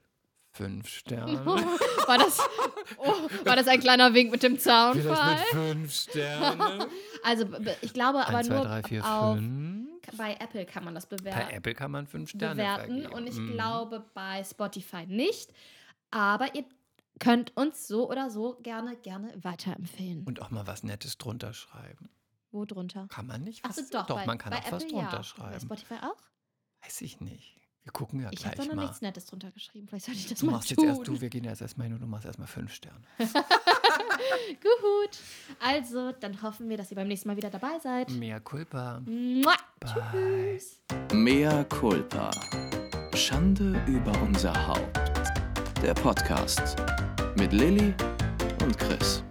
[SPEAKER 3] fünf Sternen.
[SPEAKER 2] War das, oh, war das ein kleiner Wink mit dem
[SPEAKER 3] vielleicht
[SPEAKER 2] Zaunfall?
[SPEAKER 3] mit fünf Sternen.
[SPEAKER 2] Also, b- b- ich glaube aber
[SPEAKER 3] Eins, zwei,
[SPEAKER 2] nur
[SPEAKER 3] drei, vier,
[SPEAKER 2] auf,
[SPEAKER 3] fünf.
[SPEAKER 2] bei Apple kann man das
[SPEAKER 3] Bei
[SPEAKER 2] bewerten.
[SPEAKER 3] Apple kann man fünf Sterne
[SPEAKER 2] bewerten
[SPEAKER 3] vergeben.
[SPEAKER 2] und ich
[SPEAKER 3] Mhm.
[SPEAKER 2] glaube bei Spotify nicht. Aber ihr könnt uns so oder so gerne, gerne weiterempfehlen.
[SPEAKER 3] Und auch mal was Nettes drunter schreiben.
[SPEAKER 2] Wo drunter?
[SPEAKER 3] Kann man nicht was?
[SPEAKER 2] Achso, doch.
[SPEAKER 3] doch
[SPEAKER 2] bei,
[SPEAKER 3] man kann
[SPEAKER 2] bei
[SPEAKER 3] auch was
[SPEAKER 2] Apple,
[SPEAKER 3] drunter
[SPEAKER 2] ja. Bei
[SPEAKER 3] schreiben.
[SPEAKER 2] Spotify auch?
[SPEAKER 3] Weiß ich nicht. Wir gucken ja
[SPEAKER 2] Ich habe
[SPEAKER 3] gleich
[SPEAKER 2] da noch
[SPEAKER 3] mal.
[SPEAKER 2] nichts Nettes drunter geschrieben. Vielleicht sollte ich das
[SPEAKER 3] du
[SPEAKER 2] mal
[SPEAKER 3] machst
[SPEAKER 2] tun.
[SPEAKER 3] jetzt erst du, wir gehen jetzt erstmal hin und du machst erstmal fünf Sterne.
[SPEAKER 2] Gut. Also, dann hoffen wir, dass ihr beim nächsten Mal wieder dabei seid.
[SPEAKER 3] Mehr Culpa.
[SPEAKER 2] Mua.
[SPEAKER 3] Bye.
[SPEAKER 2] Tschüss.
[SPEAKER 1] Mea culpa. Schande über unser Haupt. Der Podcast mit Lilly und Chris.